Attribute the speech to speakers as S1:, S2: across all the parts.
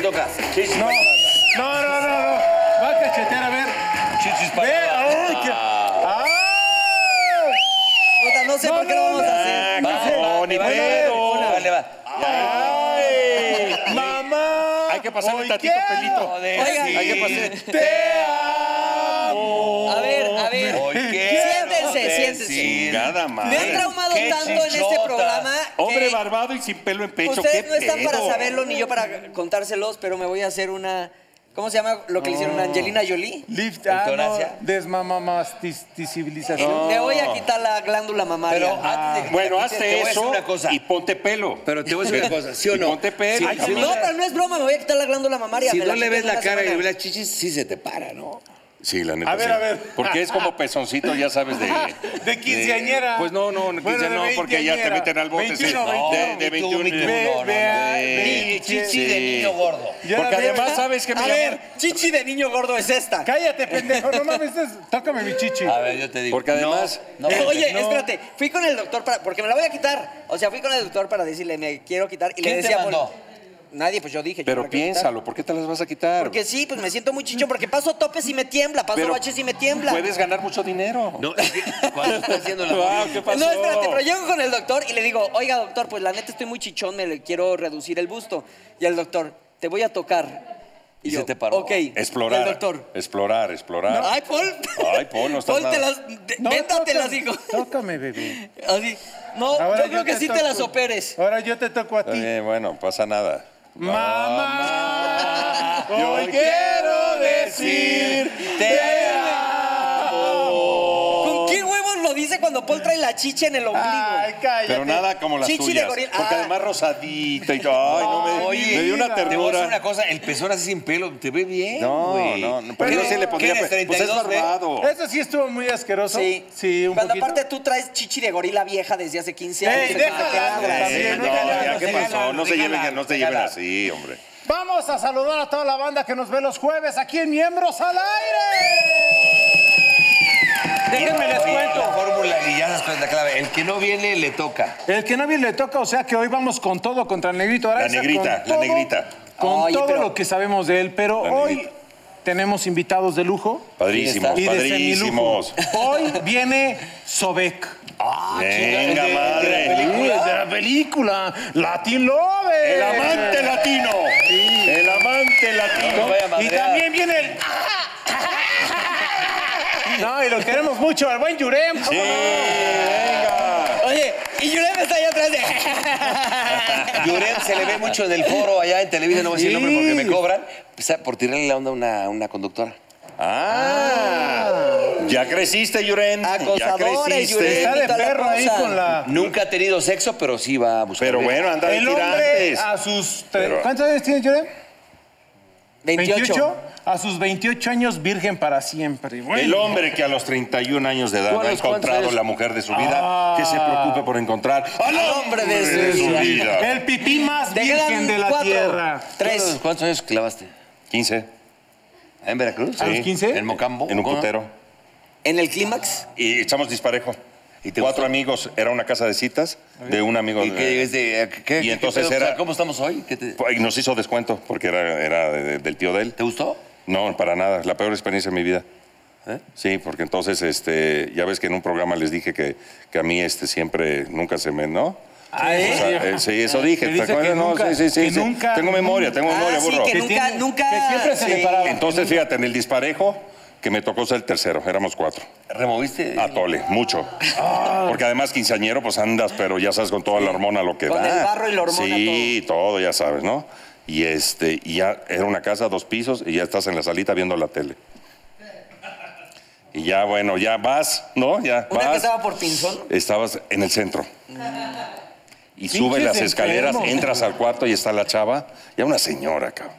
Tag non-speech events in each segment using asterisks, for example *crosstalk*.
S1: locas. Chichis
S2: No,
S1: para atrás.
S2: no, no, no, no. Va a cachetear, a ver.
S1: Chichis para
S2: Ve,
S1: atrás.
S2: ay, qué- ¡Ah!
S3: Puta, no sé por qué lo vamos a
S1: Va,
S3: hacer.
S1: va,
S4: ni
S1: va, va,
S4: pedo.
S1: va, Vale, va.
S2: ¡Ay! ¡Mamá!
S4: Hay que pasarle
S2: hoy
S4: tantito
S2: quiero
S4: pelito.
S1: Joder,
S3: Oigan.
S1: sí.
S4: Hay que pasar.
S2: ¡Te amo!
S3: A ver, a ver.
S1: Hoy quiero
S3: Siéntense, siéntense.
S1: decir-
S4: Chingada
S3: Me han
S4: madre.
S3: traumado
S1: Qué
S3: tanto en este
S1: chichotas.
S3: programa
S4: Hombre
S3: que
S4: barbado y sin pelo en pecho.
S3: ustedes
S4: ¿qué
S3: no están para
S4: pedo?
S3: saberlo ni yo para contárselos, pero me voy a hacer una... ¿Cómo se llama lo que le hicieron a Angelina Jolie?
S2: Lift,
S1: Eutanasia.
S2: desmamamasticibilización.
S3: Me voy a quitar la glándula mamaria.
S1: Pero antes
S3: Ah,
S1: de que
S4: Bueno,
S1: te quites, te voy a
S4: hazte
S1: decir
S4: eso
S1: una cosa.
S4: y ponte pelo.
S5: Pero te voy a decir
S4: *laughs*
S5: una cosa, ¿sí o
S4: Y
S5: no?
S4: ponte pelo.
S5: Sí,
S4: Ay,
S5: sí.
S3: No, pero no es broma, me voy a quitar la glándula mamaria.
S5: Si
S3: me
S5: no le
S3: quité
S5: ves
S3: en
S5: la
S3: una
S5: cara y le ves
S3: semana.
S5: las chichis, sí se te para, ¿no?
S4: Sí, la neta.
S2: A ver,
S4: sí.
S2: a ver.
S4: Porque es como pezoncito, ya sabes, de.
S2: De quinceañera.
S4: Pues no, no, no,
S2: Bueno,
S4: quince
S2: de
S4: no, porque ya te
S2: veinteañera.
S4: meten al bote. sí.
S2: 21,
S4: No, de,
S2: 21.
S4: de 21 y tú.
S2: Ve,
S4: no, no,
S2: ve,
S4: no,
S2: ve,
S4: de-
S1: chichi
S4: sí.
S1: de niño gordo.
S2: Ya
S4: Porque
S2: la veo,
S4: además,
S2: ¿verdad?
S4: ¿sabes qué me
S3: A
S4: llamó?
S3: ver, chichi de niño gordo es esta.
S2: Cállate, pendejo. No mames, estás- tócame mi chichi.
S1: A ver, yo te digo.
S4: Porque además-
S1: No,
S3: Eh,
S1: no,
S3: *laughs* Oye,
S1: no.
S3: espérate, fui con el doctor para. Porque me la voy a quitar. O sea, fui con el doctor para decirle, me quiero quitar. Y le
S1: ¿Quién te
S3: decía. por-
S1: mandó?
S3: Nadie, pues yo dije. yo me
S4: Pero
S3: la quiero quitar.
S4: piénsalo, ¿por qué te las vas a quitar?
S3: Porque sí, pues me siento muy chicho, porque paso topes y me tiembla, paso
S4: Pero
S3: baches y me tiembla.
S4: Puedes ganar mucho dinero.
S5: No, es que cuando está haciendo
S4: *laughs*
S5: la
S4: Wow, ¿qué pasó?
S3: No, espérate, pero llego con el doctor y le digo, oiga, doctor, pues la neta estoy muy chichón, me le quiero reducir el busto. Y el doctor, te voy a tocar.
S1: ¿Y se te paró?
S3: Ok.
S4: Explorar.
S3: El doctor.
S4: Explorar, explorar.
S3: Ay, Paul.
S4: Ay, Paul,
S3: *laughs*
S4: no estás
S3: Paul, te
S4: nada-
S3: las.
S2: No,
S3: véntatelas,
S2: tócame,
S3: hijo.
S2: Tócame, bebé.
S3: *laughs* Así. No,
S2: Ahora
S3: yo creo que sí te
S2: toco.
S3: las operes.
S2: Ahora yo te toco a
S4: Está
S2: ti.
S4: bien, bueno, pasa nada.
S2: Mamá,
S4: Yo
S2: hoy quiero
S4: decir,
S2: decir
S4: te
S2: te amo.
S3: ¿Con qué huevos lo dice cuando Paul trae la chicha en el ombligo?
S2: Oh. Ay, cállate.
S4: Pero nada como las
S3: Chichi de
S4: tuyas.
S3: gorila.
S4: Porque
S3: Ah.
S4: además rosadita y todo. Ay, no, me,
S1: Oye,
S4: me dio una
S2: mira.
S1: Te voy a decir
S4: ternura.
S1: una cosa, el pezón así sin pelo, te ve bien,
S4: No,
S1: güey.
S4: no, no, pero yo sí le pondría.
S1: ¿Qué eres,
S4: pe- Pues es
S1: 32, güey?
S4: barbado.
S2: Eso sí estuvo muy asqueroso.
S3: Sí.
S2: Sí, un
S3: Cuando
S2: poquito.
S3: aparte tú traes chichi de gorila vieja desde hace 15 años.
S2: Ey,
S3: se te va a
S2: déjala,
S3: quedar,
S2: déjala.
S3: güey.
S4: Eh,
S2: También,
S4: no,
S2: regala,
S4: ya, ¿qué
S2: regala,
S4: pasó? No se
S1: regala,
S4: lleven, no se lleven
S1: regala.
S4: así, hombre.
S2: Vamos a saludar a toda la banda que nos ve los jueves aquí en Miembros al Aire.
S1: Déjenme les cuento. Fórmula y ya sabes cuál es la clave. El que no viene le toca.
S2: El que nadie le toca, o sea que hoy vamos con todo contra el Negrito Araiza.
S4: negrita,
S2: con
S4: la
S2: todo-
S4: negrita.
S2: Con
S3: Oye,
S2: todo
S3: pero-
S2: lo que sabemos de él, pero
S4: La
S2: hoy
S4: negrita.
S2: tenemos invitados de lujo.
S4: Padrísimos,
S2: Y de semilujo.
S4: padrísimos.
S2: Hoy viene Sobek.
S4: Venga, madre.
S2: de la película Latin Lover.
S4: El amante latino. El amante latino.
S1: Voy a
S2: Y
S1: madrear.
S2: también viene el. No, y lo queremos mucho, al buen Yurem. ¿cómo
S4: Sí,
S2: no?
S4: venga.
S3: Oye, y Yurem está allá atrás *laughs* de...
S1: Llorén se le ve mucho en el foro allá en Televisa, no voy a decir el nombre porque me cobran. O sea, por tirarle la onda a una, una conductora.
S4: Ah, ya creciste, Yuren. Ya
S3: Acosadores,
S4: creciste.
S3: Yuren.
S2: Está de
S3: Invita a la
S2: perro ahí
S3: pausa.
S2: con la.
S1: Nunca ha tenido sexo, pero sí va a buscar.
S4: Pero bueno, anda de
S2: El hombre
S4: tirantes.
S2: a sus. tre-
S4: Pero-
S2: ¿Cuántos años tiene Yurem?
S3: 28.
S2: A sus 28 años, virgen para siempre. Bueno.
S4: El hombre que a los 31 años de edad no ha encontrado la mujer de su vida, que se preocupe por encontrar al hombre de su, vida.
S2: El pipí más
S3: Te
S2: virgen
S3: quedan
S2: de la
S3: cuatro.
S2: tierra.
S1: ¿Cuántos,
S3: Tres.
S1: cuántos años clavaste?
S4: 15.
S1: ¿En Veracruz?
S2: ¿A los 15?
S1: ¿En Mocambo?
S4: En un putero.
S3: En el clímax.
S4: Y echamos disparejo.
S1: ¿Y te
S4: Cuatro
S1: gustó?
S4: amigos, era una casa de citas de un amigo.
S1: ¿Y, qué, este, qué- qué-
S4: Y
S1: qué
S4: entonces
S1: pedo? O sea,
S4: era-
S1: ¿Cómo estamos hoy? ¿Qué te,
S4: Y nos hizo descuento porque era, era de- de- del tío de él.
S1: ¿Te gustó?
S4: No, para nada. La peor experiencia de mi vida.
S1: ¿Eh?
S4: Sí, porque entonces, este, ya ves que en un programa les dije que, que a mí este, siempre, nunca se me, ¿no? O sea, eh, sí, eso
S2: Que
S4: dije. ¿Te
S2: Ah, dice que
S4: acuerdas? No,
S2: nunca-
S4: sí, sí, sí,
S2: que
S4: sí.
S2: nunca-
S4: tengo memoria, tengo memoria,
S3: Ah, sí,
S4: burro.
S3: que nunca,
S2: tiene-
S3: nunca...
S2: que siempre se le
S3: sí.
S2: paraba.
S4: Entonces, fíjate, en el disparejo que me tocó ser el tercero, éramos cuatro.
S1: ¿Removiste?
S4: Atole, Ah, mucho.
S3: Ah.
S4: Porque además quinceañero, pues andas, pero ya sabes, con toda la hormona lo que
S3: Con
S4: da.
S3: el barro y la hormona,
S4: Sí, todo. ya sabes, ¿no? Y este, y ya era una casa, dos pisos, y ya estás en la salita viendo la tele. Y ya, bueno, ya vas, ¿no? Ya
S3: Una que
S4: vas.
S3: estaba por Pinzón.
S4: Estabas en el centro. Y subes
S2: Pinches
S4: las escaleras,
S2: enfermos.
S4: entras al cuarto y está la chava, ya una señora, cabrón.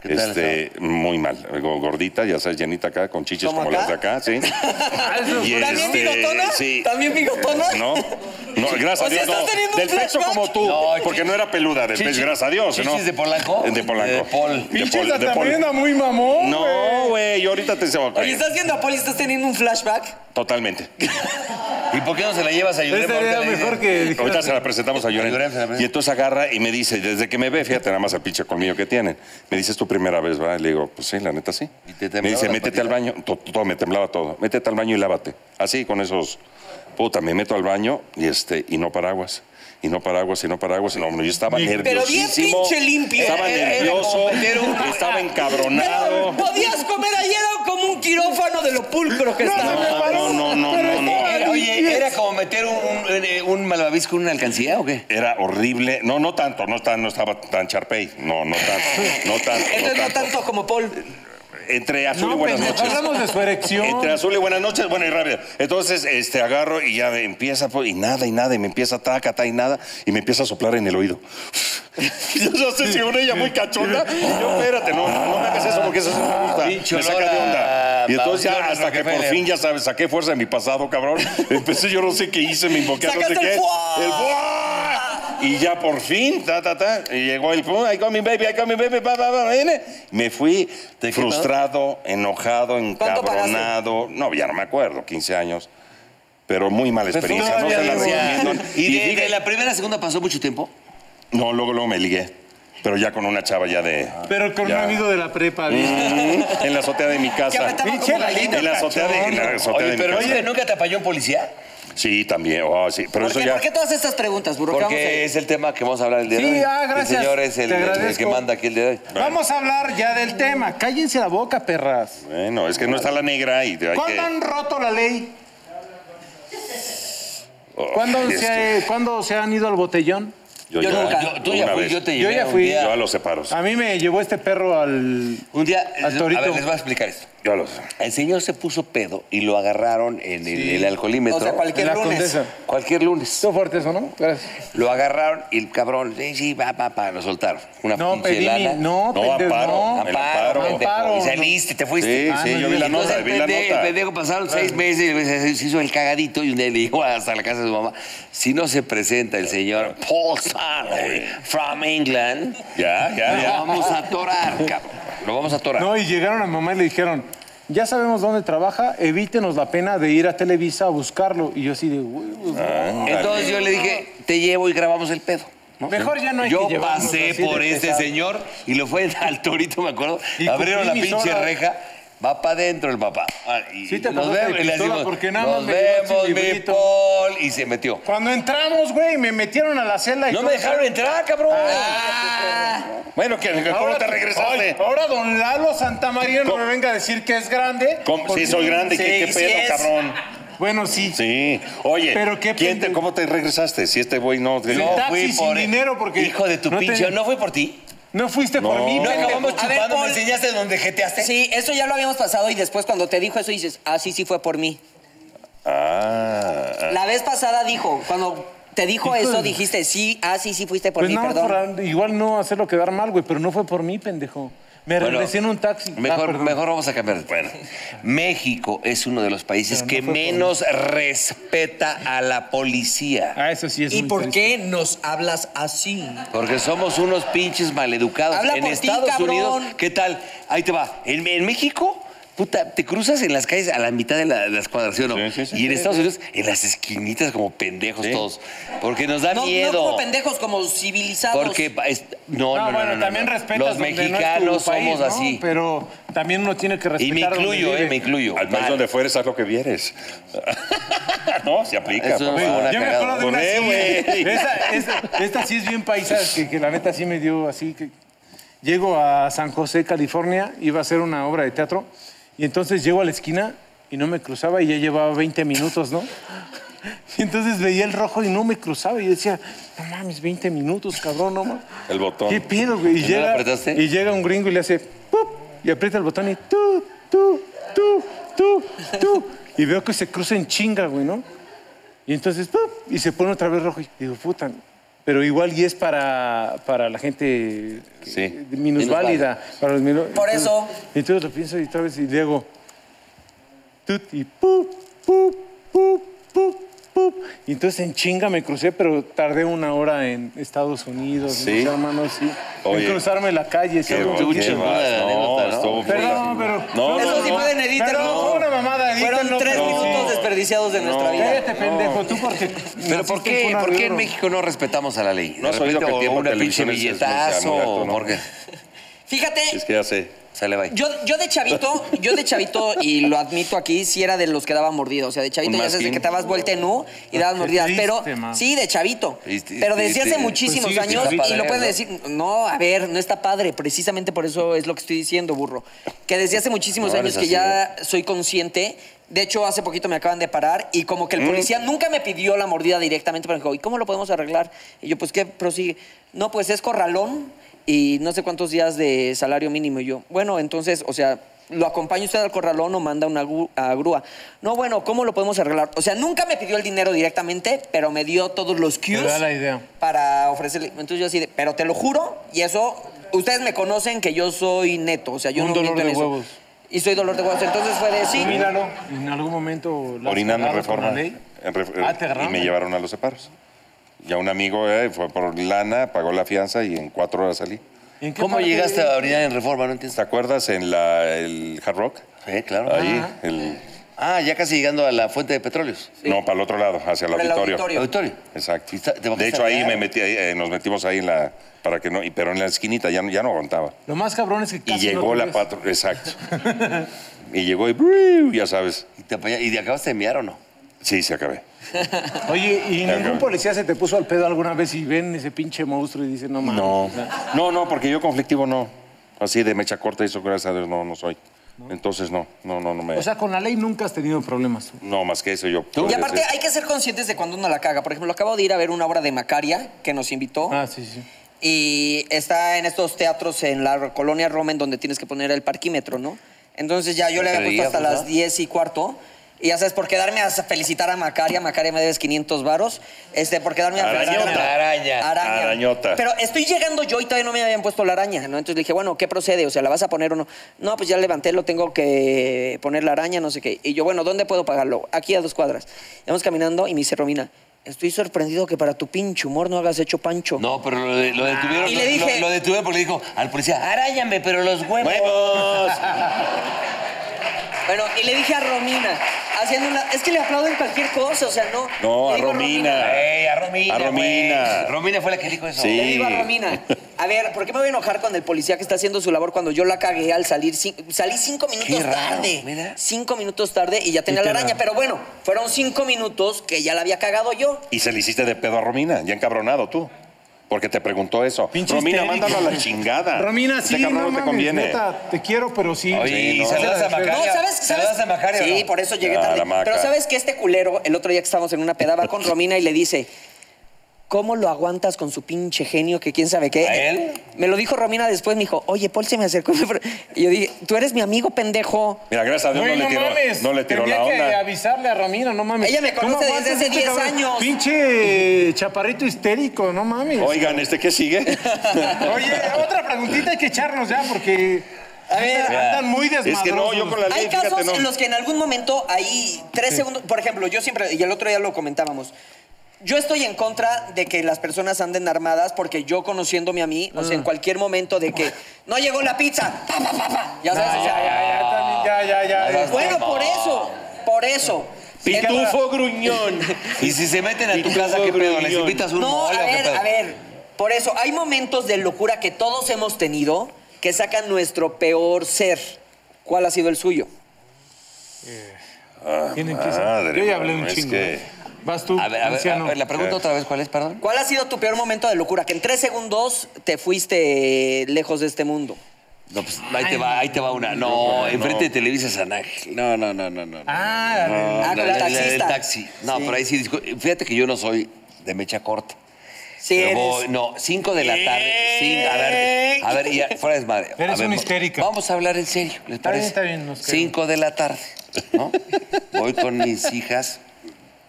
S1: ¿Qué tal
S4: este, muy mal, go- gordita, ya sabes, llenita acá, con chiches
S3: ¿Como
S4: como las de acá, sí.
S3: Ah.
S4: Y
S3: ¿También
S4: este,
S3: bigotona?
S4: sí.
S3: ¿También bigotona?
S4: No, no,
S3: Pues
S4: gracias
S3: O sea,
S4: a Dios,
S3: ¿estás
S4: no.
S3: teniendo un
S4: Del pecho
S3: flashback?
S4: como tú,
S1: No,
S4: porque
S1: chichis-
S4: no era peluda, del pecho,
S1: chichis-
S4: gracias a Dios, ¿no?
S1: chichis de Polanco?
S4: De Polanco.
S1: De Pol.
S4: De
S2: Pinche
S4: Pol- de Pol.
S2: también muy mamón.
S4: No, güey, yo ahorita te se
S3: Oye, estás viendo a Paul y estás teniendo un flashback.
S4: Totalmente.
S1: ¿Y por qué no se la llevas a Yurem?
S6: Esta
S1: Ahorita
S6: era
S1: le
S6: mejor
S1: dices.
S6: que...
S4: Ahorita se la presentamos a Llorente.
S1: Llorente, a ver.
S4: Y entonces agarra y me dice, desde que me ve, fíjate nada más al pinche colmillo que tienen. Me dice, es tu primera vez, ¿verdad? Y le digo, pues sí, la neta sí.
S1: ¿Y te temblaba
S4: me dice,
S1: la
S4: métete
S1: patita?
S4: al baño. To- Todo, me temblaba todo. Métete al baño y lávate. Así, con esos... Puta, me meto al baño y, este, y no paraguas. Y no paraguas, y no paraguas. Y no, yo estaba
S3: bien
S4: nerviosísimo.
S3: pinche limpio.
S4: Estaba
S3: Era- era
S4: nervioso.
S3: como
S1: eh,
S3: meter un-
S4: Estaba encabronado.
S3: Pero podías comer ayer como un quirófano de lo pulcro que estaba.
S4: No, no, no, no, no.
S1: Era- Oye, ¿era como meter un, un, eh, un malvavisco en una alcancía o qué?
S4: Era horrible. No, no tanto. No, tan- no estaba tan charpey. No, no tanto. No tanto. no
S3: *laughs* Entonces no
S4: tanto.
S3: tanto como Paul.
S4: Entre azul y
S6: No,
S2: pues,
S4: buenas
S6: pendejo,
S4: noches.
S6: hablamos de su erección.
S4: Entre azul y buenas noches, bueno y rápido. Entonces, este, agarro y ya empieza, pues, y nada, y nada, y me empieza taca, ta, y nada, y me empieza a soplar en el oído. *laughs* yo no sé si una ella muy cachonda. Yo, espérate, no, no me hagas eso porque eso sí me gusta.
S1: Ah, Pinche
S4: me saca
S1: olor
S4: de
S1: a
S4: onda. Y entonces ya
S1: Bautión,
S4: hasta que por
S1: Rockefeller.
S4: fin, ya sabes, saqué fuerza de mi pasado, cabrón. *laughs* Empecé, yo no sé qué hice, me invoqué, no sé
S3: Sacaste el
S4: qué.
S3: fuá.
S4: El fuá. Y ya por fin, ta, ta, ta, y llegó el pum, I got me baby, I got me baby, pa, pa, pa, viene. Me fui
S1: ¿Te quitó?
S4: frustrado, enojado,
S3: ¿Cuánto pagaste?
S4: encabronado. No, ya no me acuerdo, 15 años. Pero muy mala experiencia, no
S1: Todavía
S4: se la
S1: no.
S4: recomiendo.
S1: *laughs* ¿Y de,
S4: dije-
S1: de la primera a segunda pasó mucho tiempo?
S4: No, luego, luego me ligué. Pero ya con una chava ya de...
S6: Pero con
S4: Ya.
S6: un amigo de la prepa, bien.
S4: Mm, en la azotea de mi
S3: Que
S4: casa.
S3: aventaba
S6: Pinche
S3: como gallina.
S4: En la azotea de, en la azotea de
S1: Oye,
S4: mi
S1: pero
S4: casa.
S1: oye, ¿nunca te apañó un policía?
S4: Sí, también. Oh, sí. Pero
S3: ¿Por
S4: eso
S3: qué,
S4: ya...
S3: por qué todas estas preguntas, burro? ¿Qué vamos a-
S1: Porque es el tema que vamos a hablar el día de
S2: Sí,
S1: hoy.
S2: ah, gracias.
S1: El señor es el,
S2: Te
S1: el- el que
S2: agradezco.
S1: manda aquí el día de hoy.
S2: Vamos a hablar ya del tema. Cállense la boca, perras.
S4: Bueno, es que no está la negra y hay que...
S2: ¿Cuándo han roto la ley?
S4: Oh,
S2: ¿Cuándo
S4: es
S2: se,
S4: que
S2: cuándo se han ido al botellón?
S4: Yo,
S3: Yo
S4: ya-
S3: nunca.
S1: Yo, tú ya
S4: Una
S1: fui,
S4: vez.
S1: yo te
S2: Yo
S1: llevé
S2: ya
S1: un
S2: fui.
S1: día-
S4: Yo a los separos.
S2: A mí me llevó este perro al...
S1: Un día,
S2: Al torito.
S1: a ver, les voy a explicar esto.
S4: Yo a los...
S1: El señor se puso pedo y lo agarraron en el, el alcoholímetro.
S3: O sea, cualquier
S2: en la
S3: lunes.
S2: Condesa.
S1: Cualquier lunes.
S2: Estuvo fuerte eso, ¿no? Gracias.
S1: Lo agarraron y el cabrón, sí, sí, va, va, va, lo soltaron. Una
S2: No,
S1: pinche
S2: pedí mi-
S1: lana.
S2: No,
S4: No,
S2: pendejo,
S4: amparo.
S2: no.
S4: El amparo.
S1: Amparo, pendejo.
S2: Amparo.
S1: Y saliste, te
S4: Sí,
S1: fuiste.
S4: sí, yo vi la
S1: Entonces,
S4: nota,
S1: el
S4: vi la
S1: pendejo-
S4: nota.
S1: El pendejo pasaron seis meses y se- se hizo el cagadito y un día le dijo *laughs* hasta la casa de su mamá, si no se presenta el señor Paul Stanley from England,
S4: Ya, ya,
S1: lo
S4: ya.
S1: vamos a atorar, cabrón. Lo vamos a atorar.
S2: No, y llegaron a mi mamá y le dijeron, ya sabemos dónde trabaja, evítenos la pena de ir a Televisa a buscarlo. Y yo así de, "Güey, pues, no".
S1: Entonces yo le dije, te llevo y grabamos el pedo. ¿no?
S2: Mejor ya no hay
S1: Ah. Yo
S2: que llevarnos
S1: pasé
S2: así de
S1: por este
S2: pesado.
S1: señor y lo fue al torito, me acuerdo.
S2: Y
S1: Abrieron la
S2: cumplí mis
S1: pinche
S2: horas.
S1: reja. Va para adentro el papá. Ah, y
S2: Sí te
S1: nos
S2: acordaste
S1: vemos.
S2: de
S1: Y le
S2: pistola
S1: decimos,
S2: porque nada más
S1: nos
S2: me llegó
S1: vemos,
S2: el
S1: mi
S2: silbido".
S1: Paul. Y se metió.
S2: Cuando entramos, güey, me metieron a la celda y
S1: No
S2: todo.
S1: me dejaron entrar, cabrón.
S2: Ah,
S1: Ah.
S4: Bueno, que que- ¿cómo te regresaste?
S2: Ay, ahora don Lalo Santamaría no
S4: ¿Cómo?
S2: me venga a decir que es grande.
S4: ¿Cómo?
S2: porque-
S4: Sí, soy grande. ¿Qué, qué
S2: Sí, sí
S4: pedo,
S2: es.
S4: cabrón?
S2: Bueno, sí.
S4: Sí. Oye,
S2: Pero qué
S4: ¿quién te,
S2: pendejo.
S4: ¿cómo te regresaste? Si este güey no...
S1: No
S2: taxi sin dinero porque
S1: Hijo de tu
S2: no
S1: pinche,
S2: tenía-
S1: ¿no fue por ti?
S2: No fuiste por mí,
S1: No
S2: pendejo.
S1: acabamos
S3: A ver,
S1: chupando, me
S3: Paul.
S1: enseñaste donde jeteaste.
S3: Sí, eso ya lo habíamos pasado y después cuando te dijo eso dices, ah, sí, sí fue por mí.
S4: Ah.
S3: La vez pasada dijo, cuando te dijo
S2: Hijo
S3: eso
S2: de-
S3: dijiste, sí, ah, sí, sí fuiste por
S2: Pues
S3: mí,
S2: nada más
S3: perdón.
S2: por igual no hacerlo quedar mal, güey, pero no fue por mí, pendejo. Me
S1: Bueno,
S2: regresé en un taxi. Ah,
S1: Mejor,
S2: perdón.
S1: mejor vamos a cambiar. Bueno, México es uno de los países que
S2: fue por mí.
S1: menos respeta a la policía.
S2: Ah, eso sí es
S3: ¿Y
S2: muy
S3: por
S2: triste.
S3: qué nos hablas así?
S1: Porque somos unos pinches maleducados.
S3: Habla
S1: en
S3: por ti,
S1: Estados
S3: cabrón.
S1: Unidos, ¿qué tal? Ahí te va. En, en México, puta, te cruzas en las calles a la mitad de, la- de las cuadras, ¿sí o no?
S4: Sí, sí, sí,
S1: y en
S4: sí,
S1: Estados Unidos, en las esquinitas como pendejos
S4: Sí.
S1: todos. Porque nos da
S3: No,
S1: miedo.
S3: no como pendejos, como civilizados.
S1: Porque pa- es- no,
S2: No,
S1: no, no,
S2: bueno,
S1: no, no,
S2: también
S1: no.
S2: respetas
S1: Los
S2: donde no es tu
S1: mexicanos
S2: país,
S1: somos
S2: ¿no?
S1: así.
S2: Pero también uno tiene que respetar
S1: Y me
S2: donde
S1: incluyo, eh,
S2: vive.
S1: me incluyo.
S4: Al país
S1: Mal.
S4: donde fueres, haz lo que vieres. *laughs* no, se aplica.
S1: Eso
S4: papá.
S1: es una
S2: Yo me
S1: cagada.
S2: acuerdo de una así,
S4: Corre, E,
S2: *laughs*
S4: güey.
S2: esa- esta, esta sí es bien paisa, que, que la neta sí me dio así que... Llego a San José, California, iba a hacer una obra de teatro, y entonces llego a la esquina y no me cruzaba y ya llevaba 20 minutos, ¿no? *laughs* Y entonces veía el rojo y no me cruzaba. Y yo decía, no mames, 20 minutos, cabrón, no mames.
S4: El botón.
S2: ¿Qué pedo, güey? Y,
S1: ¿Y no lo
S2: llega,
S1: apretaste?
S2: y llega un gringo y le hace, ¡pup! Y aprieta el botón y tú, tú, tú, tú, tú. Y veo que se cruza en chinga, güey, ¿no? Y entonces, ¡pup! Y se pone otra vez rojo. Y digo, puta. Pero igual y es para, para la gente
S4: Sí.
S2: que- minusválida. Para los minu-
S3: Por eso.
S2: Y entonces lo pienso y otra vez y le hago, tut y pup, pup, pup, pup, pup. Y entonces en chinga me crucé, pero tardé una hora en Estados Unidos,
S4: Sí.
S2: mis hermanos, sí.
S4: Oye.
S2: en cruzarme la calle.
S4: Qué
S2: ¿sabes?
S1: bonito.
S4: qué
S1: chingona la anécdota,
S4: No,
S1: ¿no?
S4: estuvo
S2: Perdón, pero...
S4: No,
S3: Eso sí pueden editarlo.
S2: Perdón, fue una mamada,
S3: Fueron
S2: edítenlo,
S3: tres
S2: pero-
S3: minutos
S2: Sí.
S3: lisiados de nuestra vida.
S2: Cállate, pendejo, tú porque.
S1: Pero ¿por
S2: naciste
S1: qué,
S2: cuna
S1: ¿por
S2: de
S1: qué en
S2: oro?
S1: México no respetamos a la ley?
S4: ¿No
S1: De
S4: has oído
S1: repente
S4: que
S1: o
S4: luego
S1: o
S4: por
S1: una pinche
S4: televisión es- es muy
S1: billetazo,
S4: amigato, ¿no?
S1: porque
S3: Fíjate,
S4: Es que ya sé.
S1: sale bye.
S3: Yo, yo de chavito, yo de chavito, y lo admito aquí, sí era de los que daba mordida. O sea, de chavito
S4: Un
S3: ya sabes de
S4: masking.
S3: que te dabas vuelta en U y
S2: Ah,
S3: dabas
S2: Qué
S3: mordidas.
S2: triste,
S3: Pero
S2: ma.
S3: sí, de chavito.
S1: Y- y-
S3: Pero desde
S1: y-
S3: hace
S1: y-
S3: muchísimos
S2: pues sí,
S3: años,
S1: está
S3: y
S1: padre,
S3: lo pueden
S1: ¿no?
S3: decir, no, a ver, no está padre. Precisamente por eso es lo que estoy diciendo, burro. Que desde hace muchísimos
S1: No,
S3: años
S1: eres
S3: que
S1: así,
S3: ya soy consciente. De hecho, hace poquito me acaban de parar y como que el policía nunca me pidió la mordida directamente, pero me dijo, ¿y cómo lo podemos arreglar? Y yo, pues, ¿qué prosigue? No, pues es corralón y no sé cuántos días de salario mínimo. Y yo, bueno, entonces, o sea, ¿lo acompaña usted al corralón o manda una gru- a grúa? No, bueno, ¿cómo lo podemos arreglar? O sea, nunca me pidió el dinero directamente, pero me dio todos los cues
S2: da la idea.
S3: para ofrecerle. Entonces yo así de, pero te lo juro, y eso, ustedes me conocen que yo soy neto, o sea, yo
S2: Un
S3: no
S2: dolor
S3: miento en
S2: de
S3: eso.
S2: huevos.
S3: Y soy dolor de huevos. Entonces fue de, sí,
S2: Míralo. En algún momento. la has
S4: Orinando en
S2: cagado con
S4: reforma.
S2: la ley.
S4: En Ref-
S2: Ah, te
S4: y
S2: agarraron.
S4: me llevaron a los separos. Y a un amigo eh, fue por lana, pagó la fianza y en cuatro horas salí.
S2: ¿En qué
S1: ¿Cómo
S2: parte-
S1: llegaste a orinar en Reforma? No
S4: ¿Te
S1: entiendo.
S4: acuerdas en la, el Hard Rock?
S1: Eh, claro.
S4: Ahí, el-
S1: Ah, ya casi llegando a la fuente de petróleos.
S4: no, para el otro lado, hacia el
S3: Por el
S4: auditorio.
S3: auditorio.
S1: Auditorio.
S4: Exacto.
S1: Y está- te bajaste
S4: De hecho,
S1: a
S4: ahí
S1: pelear.
S4: me metí, ahí, eh, nos metimos ahí en la, para que no, y- pero en la esquinita ya, no- ya no aguantaba.
S2: Lo más cabrón es que.
S4: Y
S2: casi no
S4: llegó
S2: te
S4: la
S2: ves. *laughs*
S4: patrulla, exacto. y llegó y ¡briu! ya sabes.
S1: ¿Y te, apaña- y te acabaste de miar o no?
S4: Sí, se acabé.
S2: Oye, ¿y ningún
S4: cabrón.
S2: policía se te puso al pedo alguna vez y ven ese pinche monstruo y dicen, no mames?
S4: No.
S2: o sea,
S4: No, no, porque yo conflictivo no. Así de mecha corta y eso, gracias a Dios, no, no soy. Entonces, no, no, no, no me.
S2: O sea, con la ley nunca has tenido problemas. tú.
S4: no, más que eso yo.
S3: Y aparte hay que ser conscientes de cuando uno la caga. Por ejemplo, acabo de ir a ver una obra de Macaria que nos invitó.
S2: Ah, sí, sí.
S3: Y está en estos teatros en la colonia Roma en donde tienes que poner el parquímetro, ¿no? Entonces ya yo le había puesto
S1: Creías,
S3: hasta
S1: ¿verdad?
S3: las 10 y cuarto. Y ya sabes, por quedarme a felicitar a Macaria, Macaria me debes 500 varos, este, por quedarme a felicitar a-
S4: Arañota.
S1: Araña.
S3: Araña.
S4: Arañota.
S3: Pero estoy llegando yo y todavía no me habían puesto la araña, ¿no? Entonces le dije, bueno, ¿qué procede? O sea, ¿la vas a poner o no? No, pues ya levanté, lo tengo que poner la araña, no sé qué. Y yo, bueno, ¿dónde puedo pagarlo? Aquí a dos cuadras. Vamos caminando y me dice Romina, estoy sorprendido que para tu pinche humor no hagas hecho pancho.
S1: No, pero lo, de- lo detuvieron.
S3: Y le
S1: lo-
S3: dije-
S1: Lo, lo detuvieron porque le dijo al policía, aráñame, pero los huevos.
S4: ¡Huevos!
S3: Bueno, y le dije a Romina, haciendo una. Es que le aplauden cualquier cosa, o sea, no.
S4: No,
S3: Le
S4: a
S3: digo
S4: Romina.
S1: Ey, a Romina.
S4: A
S1: güey.
S4: Romina.
S1: Romina fue la que dijo eso.
S4: Sí.
S3: Le digo a Romina, a ver, ¿por qué me voy a enojar con el policía que está haciendo su labor cuando yo la cagué al salir? cin- Salí cinco minutos
S1: Qué raro,
S3: tarde.
S1: mira.
S3: Cinco minutos tarde y ya tenía la araña. Pero bueno, fueron cinco minutos que ya la había cagado yo.
S4: Y se le hiciste de pedo a Romina, ya encabronado tú. Porque te preguntó eso.
S2: Pinche
S4: Romina,
S2: histérica.
S4: mándalo a la chingada.
S2: Romina,
S4: Este
S2: sí,
S4: cabrón
S2: no
S4: te
S2: mames,
S4: conviene.
S2: neta, te quiero, pero sí.
S1: Oye,
S4: Sí,
S1: y
S4: no.
S1: saludas a Macaria.
S3: No, ¿sabes? ¿sabes?
S1: Saludas a Macaria.
S3: Sí,
S1: ¿no?
S3: por eso llegué
S4: Ah,
S3: tarde.
S4: la Maca.
S3: Pero ¿sabes que este culero, el otro día que estábamos en una peda, va con Romina y le dice... ¿Cómo lo aguantas con su pinche genio que quién sabe qué?
S1: ¿A él?
S3: Me lo dijo Romina después, me dijo, oye, Paul se me acercó. *laughs* Y yo dije, tú eres mi amigo, pendejo.
S4: Mira, gracias a Dios
S2: Güey,
S4: no, le tiró, no le tiró
S2: Tendría
S4: la
S2: que
S4: onda.
S2: avisarle a Romina, no mames.
S3: Ella me
S2: ¿Cómo
S3: conoce desde
S2: aguantas este
S3: hace 10
S2: cabrón?
S3: años.
S2: Pinche chaparrito histérico, no mames.
S4: Oigan, ¿este
S2: *laughs*
S4: qué sigue?
S2: Oye, otra preguntita hay que echarnos ya porque
S3: A ver,
S2: andan muy desmadrosos.
S4: es que no, yo con la ley,
S3: Hay casos
S4: fíjate, no.
S3: en los que en algún momento hay tres segundos. Por ejemplo, yo siempre, y el otro día lo comentábamos. Yo estoy en contra de que las personas anden armadas porque yo conociéndome a mí, o sea, en cualquier momento de que no llegó la pizza, pa, pa, pa, pa", ya sabes, o
S2: Ya,
S3: sea,
S2: ya, ya, también, ya, ya, ya.
S1: No, no,
S3: bueno, por eso, por eso.
S4: Pitufo gruñón.
S1: Y si se meten a tu
S4: Pitufo
S1: casa, ¿qué pedo? ¿Les
S4: gruñón.
S1: invitas un
S3: No,
S1: mole
S3: a
S1: o qué
S3: ver,
S1: pedo?
S3: a ver. Por eso, hay momentos de locura que todos hemos tenido que sacan nuestro peor ser. ¿Cuál ha sido el suyo?
S2: Tienen que
S4: Madre,
S2: Yo ya hablé
S4: mano,
S2: un
S4: es
S2: chingo. ¿eh?
S4: que-
S2: Vas tú,
S1: A ver, a ver, a
S2: anciano.
S1: ver, la pregunta otra vez, ¿cuál es, perdón?
S3: ¿Cuál ha sido tu peor momento de locura? Que en tres segundos te fuiste lejos de este mundo.
S1: No, pues ahí te va, ahí te va una. No, enfrente de Televisa San Ángel. No, no, no, no, no. no.
S2: Ah, la de-
S3: Ah,
S1: La-
S3: con
S1: la-
S3: el
S1: la del
S3: taxista.
S1: taxi. No, pero ahí sí. discu- Fíjate que yo no soy de mecha corta.
S3: Sí,
S1: Pero
S3: eres.
S1: voy- no, 5 de la tarde. cinco- a ver, a ver, ya, fuera de desmadre.
S2: Eres
S1: A ver,
S2: una
S1: va-
S2: histérica.
S1: Vamos a hablar en serio, ¿les
S2: Está bien,
S1: parece?
S2: está bien, nos queremos.
S1: 5 de la tarde, ¿no? Voy con mis hijas,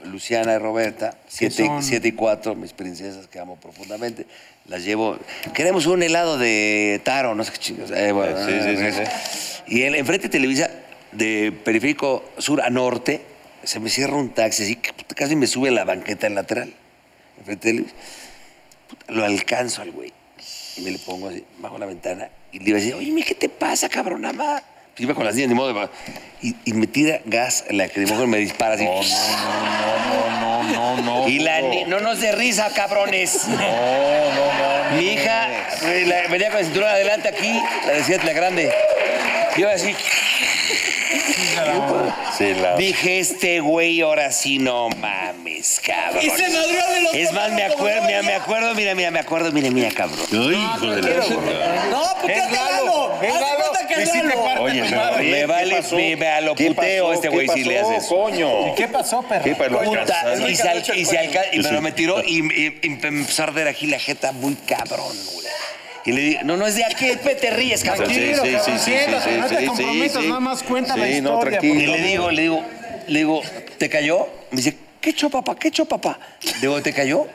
S1: Luciana y Roberta, siete,
S2: son?
S1: siete y cuatro, mis princesas que amo profundamente. Las llevo. Queremos un helado de taro, no sé qué chingos. Eh, bueno,
S4: Sí, sí, sí,
S1: Y en, enfrente de Televisa, de periférico sur a norte, se me cierra un taxi, así que puta, casi me sube a la banqueta lateral. Enfrente de Televisa. Puta, Lo alcanzo al güey. Y me le pongo así, bajo la ventana. Y le iba a decir, oye, mi, ¿qué te pasa, cabronama? Pues Iba con las niñas, ni modo. de- Y, y me tira gas lacrimógeno y me dispara
S4: *laughs*
S1: así.
S4: Oh, No, no, no, no, no, no.
S1: Y la ni- no nos de risa, cabrones.
S4: *laughs* No, no, no. no.
S1: Mi hija eh, la- venía con el cinturón adelante aquí, la decía la grande. Iba así.
S4: Sí, la.
S1: Dije, este güey ahora sí no mames, cabrón.
S5: Y se madrió de los
S1: Es más, me acuerdo, mira, me acuerdo, mira, mira, me acuerdo, mira, mira, cabrón.
S4: Ay, hijo de la chingada.
S3: No, pues, puteate a Lalo. Haz de cuenta que es Lalo.
S4: *laughs* Oye, pero,
S1: Me
S4: ¿qué
S1: vale,
S4: pasó?
S1: me- me a lo
S4: ¿Qué
S1: puteo
S4: pasó?
S1: este
S4: ¿Qué
S1: güey si
S4: pasó,
S1: le haces.
S4: coño?
S2: ¿Qué pasó, perro?
S4: ¿Qué para lo
S1: Puta,
S4: alcanzaste?
S1: y se, alca- y se alca- y
S4: Sí,
S1: pero
S4: sí.
S1: me tiró y, y- y me empezó a arder aquí la jeta muy cabrón, güey. Y le dije, no, no es de aquí, te ríes, cabrón.
S4: Sí, sí, sí, sí, sí,
S6: siéntate,
S4: sí,
S6: no te
S4: sí,
S6: comprometas,
S4: sí.
S6: nada más cuenta la
S4: Sí, no,
S6: historia,
S4: tranquilo.
S6: por
S1: Y le digo, le digo, le digo, ¿te cayó? Me dice, ¿qué echó papá? ¿Qué echó papá? Le digo, ¿te cayó?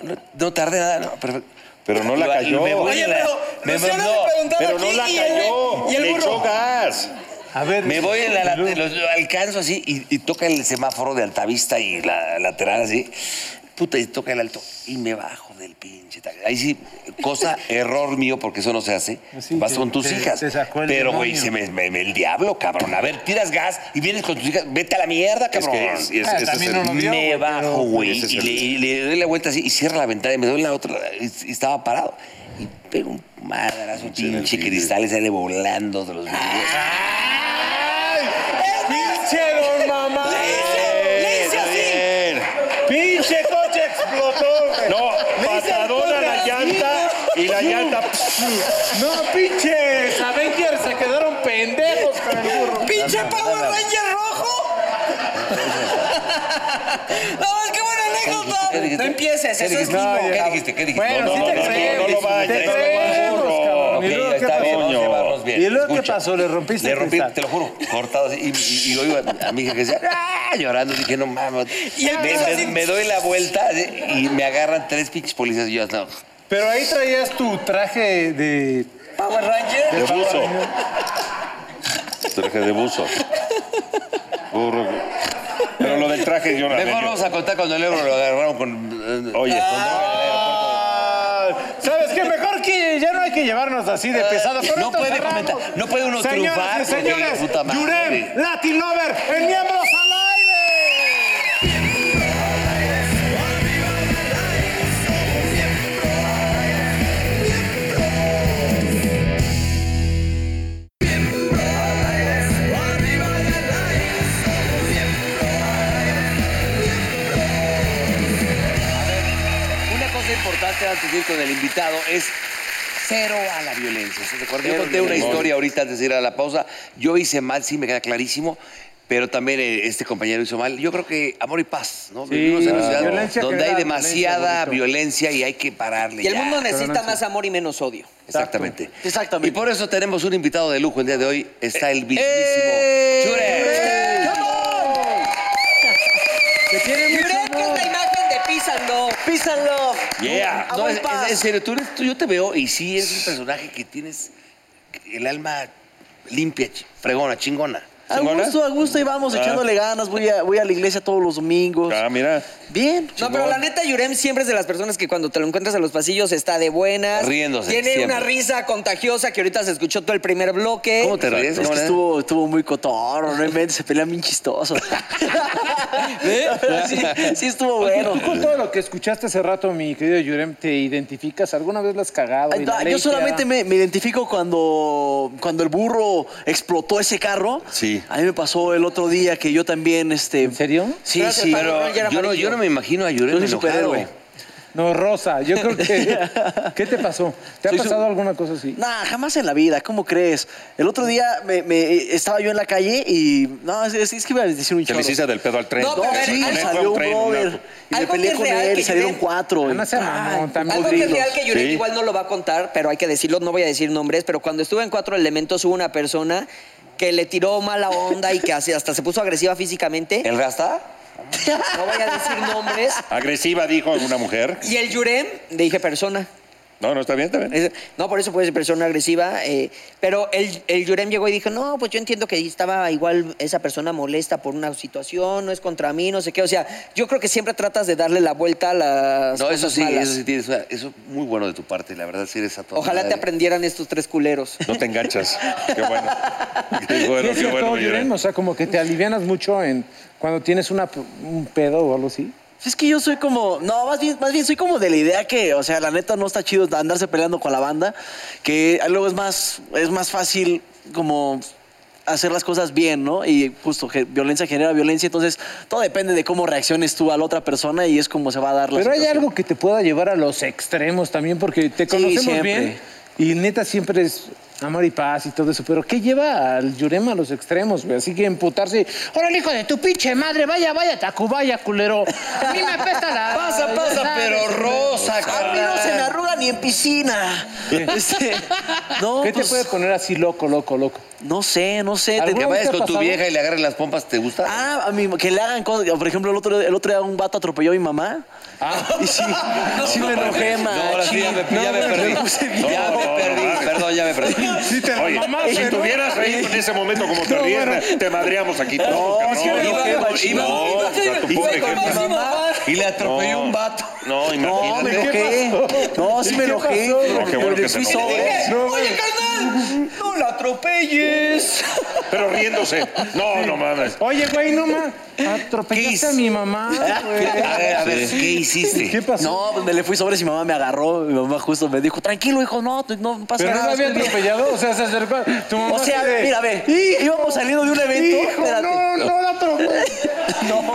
S1: No, no, no tardé nada, no, perfecto.
S4: Pero no la
S1: Iba-
S4: cayó.
S1: me voy
S4: Oye,
S1: a la-
S3: pero
S1: me
S3: Luciano
S1: mandó-
S3: le preguntaba
S4: Pero no
S3: aquí
S4: la
S3: y el-
S4: cayó.
S3: y el
S4: Le
S3: burro.
S4: echó gas.
S2: A ver.
S1: Me voy en la,
S2: y luego-
S1: los- lo alcanzo así y, y toca el semáforo de altavista y la lateral así. Puta, y toca el alto y me bajo del pinche. taxi. Ahí sí,
S2: *laughs*
S1: cosa, error mío, porque eso no se hace.
S2: Sí,
S1: Vas
S2: te-
S1: con tus
S2: te-
S1: hijas.
S2: te sacó el
S1: Pero, güey,
S2: demonio.
S1: se me, me- me- el diablo, cabrón. A ver, tiras gas y vienes con tus hijas. Vete a la mierda,
S4: Es
S1: cabrón.
S4: que es, es-
S2: Ah,
S4: ese es
S2: también
S4: el-
S2: no lo vio,
S1: me
S2: güey, pero-
S1: bajo, güey,
S4: Ese es
S1: y,
S4: el-
S1: le- y le doy la vuelta así y cierra la ventana y me doy la otra y, y estaba parado. Y pego un madrazo, pinche cristal, sale volando de los
S4: Ah,
S1: vidrios.
S2: ¡Pinche don mamá!
S3: Le hice así.
S4: Bien.
S2: ¡Pinche coche explotó! güey!
S4: *laughs* No,
S2: Le hice el
S4: patadón a la
S2: coche así,
S4: llanta y la llanta.
S2: No, pinches Avengers se quedaron pendejos con el burro.
S3: ¡Pinche Power
S1: *laughs*
S3: Ranger rojo! no, es que buena anécdota.
S1: ¿Qué dijiste?
S3: No empieces,
S1: ¿Qué
S3: eso es
S1: dijiste?
S3: timo.
S1: ¿Qué dijiste? ¿Qué dijiste?
S2: Bueno, sí
S4: no,
S2: te
S4: no,
S2: creo.
S4: no, no lo vayas,
S2: te
S4: no lo vayas,
S2: creemos,
S4: burro.
S2: cabrón.
S1: Ok,
S2: ¿Y luego qué
S1: está
S2: pasó?
S1: bien, vamos a
S4: Coño.
S1: llevarnos bien.
S2: ¿Y luego qué
S1: Escucha,
S2: pasó? ¿Le rompiste
S1: Le
S2: el
S1: rompí,
S2: cristal?
S1: te lo juro, cortado así. Y, y- y yo iba a mi hija que decía, ¡ah! llorando. Dije, no mames.
S3: Y él
S1: me,
S3: empezó
S1: me-
S3: así.
S1: me doy la vuelta así, y me agarran tres pinches policías. Y yo, no.
S2: Pero ahí traías tu traje de...
S3: Power Ranger.
S4: De buzo. Traje de buzo. Burro. Pero lo del traje yo la
S1: Mejor
S4: veo.
S1: vamos a contar cuando el euro lo agarraron con. eh,
S4: Oye,
S2: Ah, ¿Sabes qué? Mejor que ya no hay que llevarnos así de pesada. Pero
S1: Ah. eh, no
S2: ahorita
S1: puede
S2: cerramos.
S1: comentar, no puede uno
S2: Señoras y
S1: triunfar porque,
S2: señores,
S1: puta madre.
S2: Yurem, Latin Lover, en Miembros al Aire.
S1: Una cosa importante antes de ir con el invitado es cero a la violencia. ¿Estás de acuerdo? Yo
S4: Cero
S1: conté una
S4: violencia.
S1: historia ahorita antes de ir a la pausa. Yo hice mal, sí, me queda clarísimo. Pero también eh, este compañero hizo mal. Yo creo que amor y paz, ¿no? Vivimos en una ciudad
S2: violencia
S1: donde
S2: genera
S1: hay
S2: violencia,
S1: demasiada
S2: bonito.
S1: violencia, y hay que pararle.
S3: Y el
S1: ya.
S3: mundo necesita más amor y menos odio.
S1: Exactamente.
S3: Exactamente.
S1: Y por eso tenemos un invitado de lujo el día de hoy. Está el mismísimo
S3: ¡Eh!
S1: Chure.
S2: eh, Que tiene mucho
S3: Yurem con
S2: amor.
S3: la imagen de Písalo. Písalo.
S1: Yeah.
S3: Amor
S1: No,
S3: y
S1: es,
S3: paz.
S1: es- en serio, tú, eres- tú- yo te veo y sí es un personaje que tienes el alma limpia, chi- fregona, chingona.
S7: A gusto, a gusto, y vamos
S1: Ah.
S7: echándole ganas. Voy a, voy a la iglesia todos los domingos.
S4: Ah, mira.
S7: Bien.
S3: No, pero la neta, Yurem siempre es de las personas que cuando te lo encuentras en los pasillos está de buenas.
S1: Riéndose,
S3: Tiene
S1: siempre.
S3: una risa contagiosa que ahorita se escuchó todo el primer bloque.
S1: ¿Cómo te ríes?
S7: Es
S1: ¿Cómo
S7: que
S1: le-
S7: estuvo, estuvo muy cotorro, no inventes, se pelea bien chistoso.
S2: *laughs*
S7: *laughs* sí, sí estuvo bueno.
S2: ¿Eh? Tú con todo lo que escuchaste hace rato, mi querido Yurem, ¿te identificas? ¿Alguna vez las has cagado?
S7: Ay,
S2: Y
S7: no,
S2: la ley
S7: Yo
S2: te
S7: solamente
S2: ha-
S7: me, me identifico cuando, cuando el burro explotó ese carro.
S1: Sí.
S7: A mí me pasó el otro día que yo también, este...
S2: ¿En serio?
S7: Sí,
S3: Pero-
S7: sí.
S3: pero-
S1: Pero
S3: Ranger
S1: yo no,
S3: amarillo.
S1: yo no me imagino a
S7: Yo
S1: Yurem
S7: soy
S1: enojado.
S7: superhéroe.
S2: No, Rosa, yo creo
S7: *laughs*
S2: que... ¿Qué te pasó? ¿Te ha
S1: Soy su-
S2: pasado alguna cosa así?
S7: Nah, jamás en la vida, ¿cómo crees? El otro día me, me- estaba yo en la calle y... No, es, es- es que iba a decir un
S4: Te le
S7: chorro.
S4: hiciste del pedo al tren.
S3: No,
S7: No,
S3: pero
S4: Ese
S7: sí,
S3: algo-
S4: conejo
S7: salió
S4: a
S7: un
S4: tren, una-
S7: brother. Y me
S3: Algo
S7: peleé
S3: que es
S7: con
S3: real,
S7: él,
S3: que
S7: y salieron
S3: Yurem-
S7: cuatro.
S2: Ah, no sea mamón, también.
S3: Algo que es
S7: podridos.
S3: real que Yurem
S4: Sí.
S3: igual no lo va a contar, pero hay que decirlo, no voy a decir nombres, pero cuando estuve en Cuatro Elementos hubo una persona que le tiró mala onda y que así- hasta se puso agresiva físicamente.
S1: *laughs* ¿El Rasta?
S3: No voy a decir nombres.
S4: Agresiva, dijo una mujer.
S3: Y el Yurem, le dije persona.
S4: No, no, está bien, está bien.
S3: Es- No, por eso puede ser persona agresiva. eh, pero el, el Yurem llegó y dijo, no, pues yo entiendo que estaba igual esa persona molesta por una situación, no es contra mí, no sé qué. O sea, yo creo que siempre tratas de darle la vuelta a las
S1: No,
S3: cosas
S1: eso sí,
S3: malas.
S1: eso sí tienes. una- Eso es muy bueno de tu parte, la verdad, sí eres a toda
S3: Ojalá te
S1: madre.
S3: aprendieran estos tres culeros.
S4: No te enganchas. Qué bueno. Qué
S2: Y
S4: bueno,
S2: es
S4: qué
S2: cierto,
S4: bueno. mi
S2: Yurem,
S4: Yurem.
S2: o sea, como que te alivianas mucho en cuando tienes una, un pedo o algo así.
S7: Es que yo soy como, no, más bien, más bien soy como de la idea que, o sea, la neta no está chido andarse peleando con la banda, que luego es más, es más fácil como hacer las cosas bien, ¿no? Y justo que violencia genera violencia, entonces todo depende de cómo reacciones tú a la otra persona y es como se va a dar la
S2: Pero hay
S7: situación.
S2: algo que te pueda llevar a los extremos también, porque te conocemos
S7: siempre.
S2: bien y neta siempre es amor y paz y todo eso, pero ¿qué lleva al Yurema a los extremos, güey? Así que emputarse, órale hijo de tu pinche madre, vaya, vaya, Tacubaya, culero. A mí me apesta la...
S7: *laughs* Pasa, pasa, Ah, pero
S1: rosa,
S7: A mí no se me arruga ni en piscina. Este, no,
S2: ¿Qué te
S7: pues,
S2: puede poner así loco, loco, loco?
S7: no sé, no sé.
S2: ¿Alguna
S1: Que
S2: vez
S1: vayas
S2: te ha
S1: con tu
S2: pasado?
S1: vieja y le agarres las pompas, ¿te gusta?
S7: Ah, a mí, que le hagan cosas. Por ejemplo, el otro, el otro día un vato atropelló a mi mamá. Y sí, sí me enojé,
S1: no,
S7: man.
S1: ahora sí, ya me, ya me perdí. ya me perdí, perdón, ya me perdí.
S2: *laughs*
S4: Oye, si tuvieras reído en ese momento como te ríes, te madreamos aquí todos, cabrón.
S7: es que me enojé,
S4: No,
S7: machín.
S4: pues, a tu pobre jefe.
S1: Y le atropelló un vato.
S4: No,
S7: No, me
S4: imagínate.
S7: enojé. No, sí me enojé.
S4: No, qué bueno
S7: Porque
S4: que se
S7: fui
S4: enojó.
S7: sobre.
S3: Oye, carnal, no la atropelles.
S4: Pero riéndose. No, no mames.
S2: Oye, güey, no más. Atropellaste a mi mamá, güey.
S1: A ver, a ver, ¿qué hiciste?
S2: ¿Qué pasó?
S7: No, pues me le fui sobre si mi mamá me agarró. Mi mamá justo me dijo, tranquilo, hijo, no, tú- no pasa
S2: ¿Pero no
S7: nada.
S2: la había
S7: estoy bien".
S2: atropellado? O sea, se acercó a- tu mamá.
S7: O sea,
S2: así de,
S7: mira, ve, íbamos saliendo de un evento.
S2: Hijo,
S7: espérate.
S2: no, no la atropellé.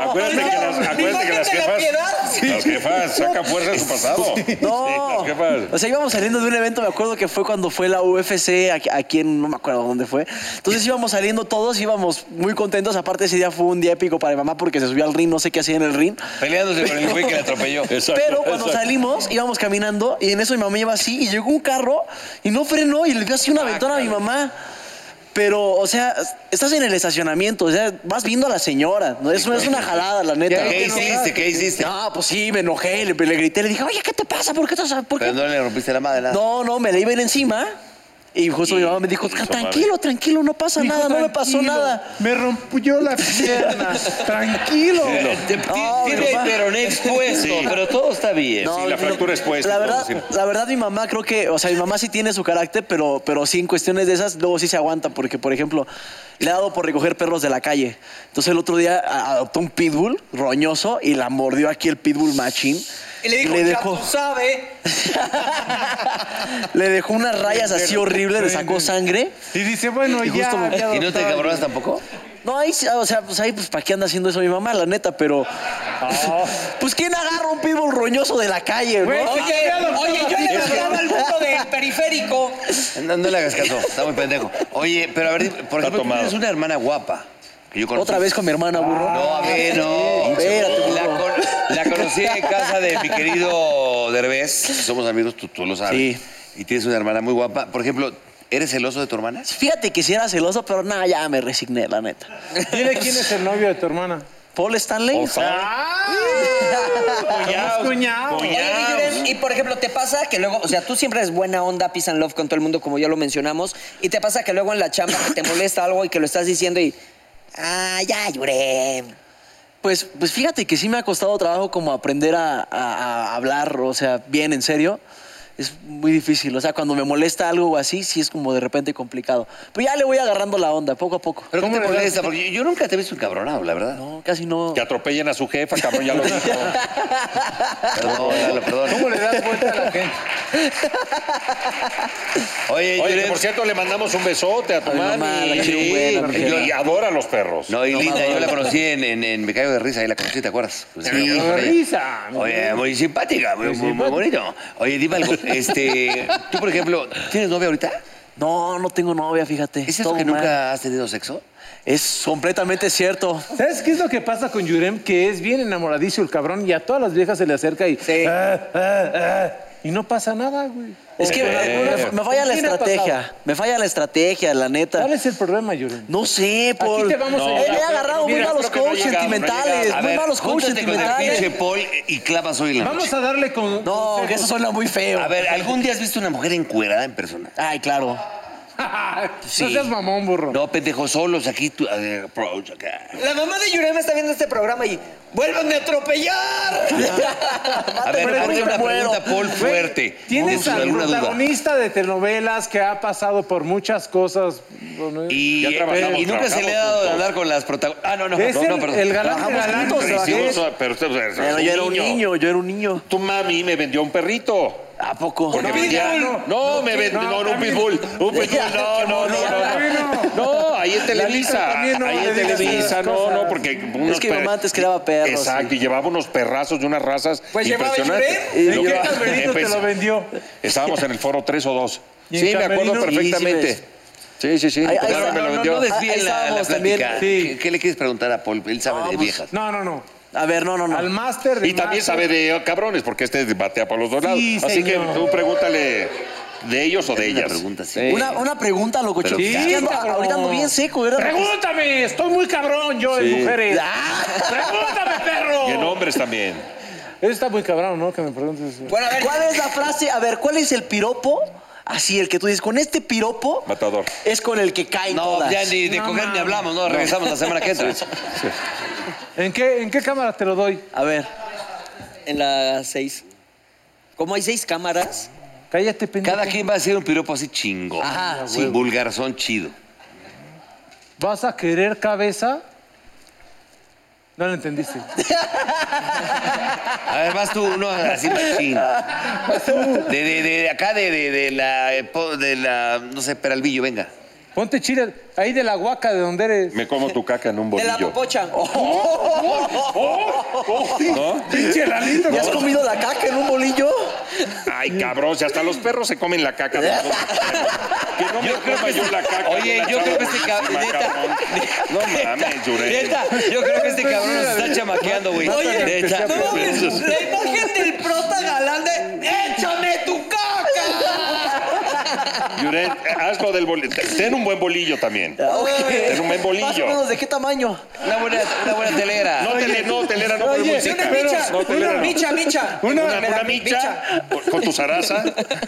S4: Acuérdate que las, acuérdate que las
S3: Imagínate la
S4: jefas.
S3: piedad.
S4: Las jefas sacan fuerza de su pasado.
S7: No.
S4: Sí, las jefas.
S7: O sea, íbamos saliendo de un evento, me acuerdo que fue cuando fue la UFC, aquí, aquí en, no me acuerdo dónde fue. Entonces íbamos saliendo todos, íbamos muy contentos. Aparte, ese día fue un día épico para mi mamá porque se subió al ring, no sé qué hacía en el ring.
S1: Peleándose con el güey que le *laughs* atropelló.
S7: Pero cuando salimos, íbamos caminando y en eso mi mamá iba así y llegó un carro y no frenó y le dio así
S1: Ah,
S7: una ventana a mi mamá. Pero, o sea, estás en el estacionamiento, o sea, vas viendo a la señora. ¿no? Es, es una jalada, la neta.
S1: ¿Qué hiciste? ¿Qué hiciste?
S7: No, pues sí, me enojé, le, le grité, le dije, oye, ¿qué te pasa? ¿Por qué estás...? ¿Por qué
S1: Pero no le rompiste la madre, nada.
S7: no, no, me le iba a ir encima. Y justo mi mamá me dijo, tranquilo, tranquilo, no pasa nada, no me pasó nada.
S2: Me rompió la pierna. Tranquilo.
S1: Te- Tiene el peroné expuesto, pero todo está bien.
S7: No,
S4: la
S7: no,
S4: fractura es puesta,
S7: La verdad,
S4: vamos a decir.
S7: la verdad, mi mamá creo que, o sea, mi mamá sí tiene su carácter, pero, pero sí en cuestiones de esas luego sí se aguanta, porque por ejemplo, le ha dado por recoger perros de la calle. Entonces el otro día a- adoptó un pitbull roñoso y la mordió aquí el pitbull machín.
S3: Y le dijo, ya tú sabes.
S7: le dejó unas rayas así horribles, le sacó sangre.
S2: Y dice, bueno,
S7: Y
S2: ya.
S7: justo me-
S2: ya
S1: ¿Y no te
S2: adoptaba.
S1: cabronas tampoco?
S7: No, ahí, sí, o sea, pues ahí, pues, ¿para qué anda haciendo eso mi mamá, la neta? Pero. *laughs* pues, ¿quién agarra un pitbull roñoso de la calle, no?
S2: Güey,
S3: Oye, oye, yo le
S1: Es que-
S3: mandaba al mundo del periférico.
S1: No, no le hagas caso, está muy pendejo. Oye, pero a ver, por ejemplo, tú
S4: tomado.
S1: tienes una hermana guapa que yo conocí.
S7: Otra vez con mi hermana, burro.
S1: No, a ver, no.
S7: Espérate, burro.
S1: la, con- la conocí en casa de mi querido Derbez. Somos amigos, tú, tú lo sabes.
S7: Sí.
S1: Y tienes una hermana muy guapa. Por ejemplo, ¿eres celoso de tu hermana?
S7: Fíjate que si era celoso, pero nada, ya me resigné, la neta.
S2: Dile quién es el novio de tu hermana.
S7: Paul Stanley. Ah.
S2: Somos cuñados.
S3: Oye, Miguel, y por ejemplo, te pasa que luego, o sea, tú siempre eres buena onda, peace and love con todo el mundo, como ya lo mencionamos, y te pasa que luego en la chamba te molesta algo y que lo estás diciendo y. Ah, ya lloré.
S7: Pues, pues fíjate que sí me ha costado trabajo como aprender a, a- a hablar, o sea, bien, en serio. Es muy difícil. O sea, cuando me molesta algo o así, sí es como de repente complicado. Pero ya le voy agarrando la onda, poco a poco.
S1: ¿Pero cómo te molesta? Porque yo, yo nunca te he visto encabronado, la verdad.
S7: No, casi no.
S4: Que atropellen a su jefa, cabrón, ya lo dijo.
S1: Perdón, Lalo, perdón.
S2: ¿Cómo le das vuelta a la gente?
S1: Oye,
S4: Oye,
S1: Yurem,
S4: que por cierto, le mandamos un besote a tu
S7: Ay, mamá, la
S4: mami.
S7: quiero buena, mi
S4: y,
S7: jefa.
S4: y adora a los perros.
S1: No, y Linda, yo la conocí en, en, en Me Caigo de Risa, ahí la conocí, ¿te acuerdas? Pues,
S2: Me Caigo de Risa.
S1: Oye, muy simpática, muy, muy- muy bonito. Oye, dime algo, este, tú, por ejemplo, ¿tienes novia ahorita?
S7: No, no tengo novia, fíjate.
S1: ¿Es cierto
S7: Todo
S1: que
S7: mal.
S1: nunca has tenido sexo?
S7: Es completamente cierto.
S2: ¿Sabes qué es lo que pasa con Yurem? Que es bien enamoradizo el cabrón y a todas las viejas se le acerca y.
S3: Sí.
S2: "Ah, ah, ah". y no pasa nada, güey.
S7: Es que me, me falla la
S2: ¿Con quién ha
S7: estrategia.
S2: pasado?
S7: Me falla la estrategia, la neta.
S2: ¿Cuál es el problema, Yuri?
S7: No sé,
S2: Aquí
S7: Paul.
S2: te vamos a
S7: No.
S2: ayudar.
S7: Él le ha agarrado muy
S2: Mira,
S7: malos
S2: creo que
S7: coaches sentimentales.
S1: A
S7: muy
S1: ver,
S7: malos coaches
S1: júntate con el pinche
S7: sentimentales.
S1: Paul y clavas hoy la
S2: Vamos
S1: noche.
S2: a darle con.
S7: No, que eso suena muy feo.
S1: A ver, ¿algún día has visto una mujer encuerada en persona?
S7: Ay, claro.
S2: *laughs* No seas mamón, burro.
S1: No, pendejos solos aquí, tú, a ver, approach acá.
S3: La mamá de Yurema está viendo este programa y ¡vuélvanme a atropellar!
S1: A ver,
S2: pero
S1: hazle
S2: yo me
S1: una
S2: muero.
S1: pregunta, Paul,
S2: Güey,
S1: fuerte.
S2: Tienes
S1: Sin
S2: al
S1: alguna duda.
S2: protagonista de telenovelas que ha pasado por muchas cosas. bueno,
S1: Y, eh,
S4: Ya trabajamos,
S1: y nunca se
S4: trabajamos
S1: le ha dado de
S4: juntos.
S1: andar con las protagonistas. Ah, no, no,
S2: Es
S1: no, no,
S2: el-
S1: perdón.
S2: el galán de
S1: Trabajamos
S2: galanes,
S1: juntos,
S2: ¿verdad?
S1: hicimos-
S4: Hicimos- pero usted, usted-
S7: Pero
S4: usted-
S7: yo era un niño, yo era un niño.
S4: Tu mami me vendió un perrito.
S7: ¿A poco?
S4: Porque
S2: No, ya
S4: vendía. No,
S2: no.
S4: me
S2: No,
S4: vendió.
S2: no,
S4: No, no, un
S2: también.
S4: *laughs* pitbull. Un pitbull. No, no, no, no. *laughs* No,
S2: también
S4: No, ahí en
S2: Lalita
S4: Televisa.
S2: también no
S4: Ahí
S2: le
S4: en
S2: digas
S4: Televisa.
S2: esas
S4: No, no,
S2: cosas.
S4: porque. unos
S7: que mi mamá
S4: per-
S7: antes creaba perros,
S4: Exacto,
S7: sí.
S4: y llevaba unos perrazos de unas razas.
S3: Pues llevaba
S4: impresionantes.
S3: Yurem.
S2: ¿En
S4: Lo
S2: qué
S4: que-
S2: camerino te
S4: empezó-
S2: lo vendió?
S4: Estábamos en el foro 3 o 2.
S2: ¿Y en
S4: Sí, me
S2: camerino?
S4: acuerdo
S7: Sí,
S4: perfectamente.
S7: sí
S4: Sí, sí, sí.
S7: Ahí- ahí
S4: claro, me lo
S7: está. No, no,
S4: vendió.
S7: no, de-
S1: Desvíen
S7: Ahí
S1: la, la
S7: estábamos
S1: plática.
S2: también. Sí.
S1: ¿Qué, qué le quieres preguntar a Paul? Él sabe de viejas.
S2: No, no, no.
S7: A ver, no, no, no.
S2: Al máster de
S4: Y también
S2: máster.
S4: sabe de cabrones, porque este batea para los dos lados.
S2: Sí,
S4: Así que
S2: señor.
S4: tú pregúntale de ellos o de
S1: Una
S4: ellas.
S1: pregunta, sí.
S7: Una, una pregunta, loco.
S1: Pero
S7: chico.
S1: sí,
S7: Es que ando-
S2: cabrón.
S7: ahorita ando bien seco. era-
S2: Pregúntame, estoy muy cabrón yo de mujeres.
S7: Ah.
S2: Pregúntame, perro.
S4: Y en hombres también.
S2: Eso está muy cabrón, ¿no? Que me preguntes. eso.
S3: bueno, a ver,
S7: ¿Cuál es la frase? A ver, ¿cuál es el piropo? Así, el que tú dices, con este piropo
S4: Matador.
S7: es con el que caen
S1: No,
S7: todas.
S1: ya ni de
S2: No,
S1: coger ni
S2: mames.
S1: hablamos, no, regresamos la semana
S2: *laughs*
S1: que entra.
S2: ¿En qué, ¿En qué cámara te lo doy?
S7: A ver.
S3: en las seis. Como hay seis cámaras,
S2: Cállate, pendejo.
S1: Cada quien va a hacer un piropo así chingo.
S3: Ajá,
S1: sí. Vulgar, son chido.
S2: ¿Vas a querer cabeza? No lo entendiste.
S1: A ver, vas tú, uno así machín. De, de, de acá, de, de, de la, eh, po- de la, no sé, Peralvillo, venga.
S2: Ponte chile, ahí de la huaca de donde eres.
S4: Me como tu caca en un
S3: de la
S4: bolillo.
S3: popocha. *laughs* Oh.
S4: ¿No?
S7: ¿Ya has comido la caca en un bolillo?
S4: Ay, cabrón, si hasta los perros se comen la caca. de los otros perros. Que no me coma yo la caca.
S1: Oye, yo creo que este cab-
S4: cabrón.
S1: neta-
S4: No mames, Yurem.
S1: Neta, yo creo que este cabrón nos está chamaqueando, güey.
S3: Oye,
S1: Neta.
S3: no mames, la imagen del prota galán de ¡Échame tu caca!
S4: Yurem, hazlo del bolillo. Ten un buen bolillo también.
S7: Ok.
S4: Ten un buen
S7: Más o menos,
S4: bolillo.
S7: ¿de qué tamaño?
S1: Una buena, una buena telera.
S4: No, tele, no, telera, no, pero
S2: Oye,
S3: Y una
S4: música.
S3: micha,
S4: No, telera,
S3: una
S4: no.
S3: micha, micha.
S4: Una, una,
S3: Me la-
S4: micha con- con tu zaraza,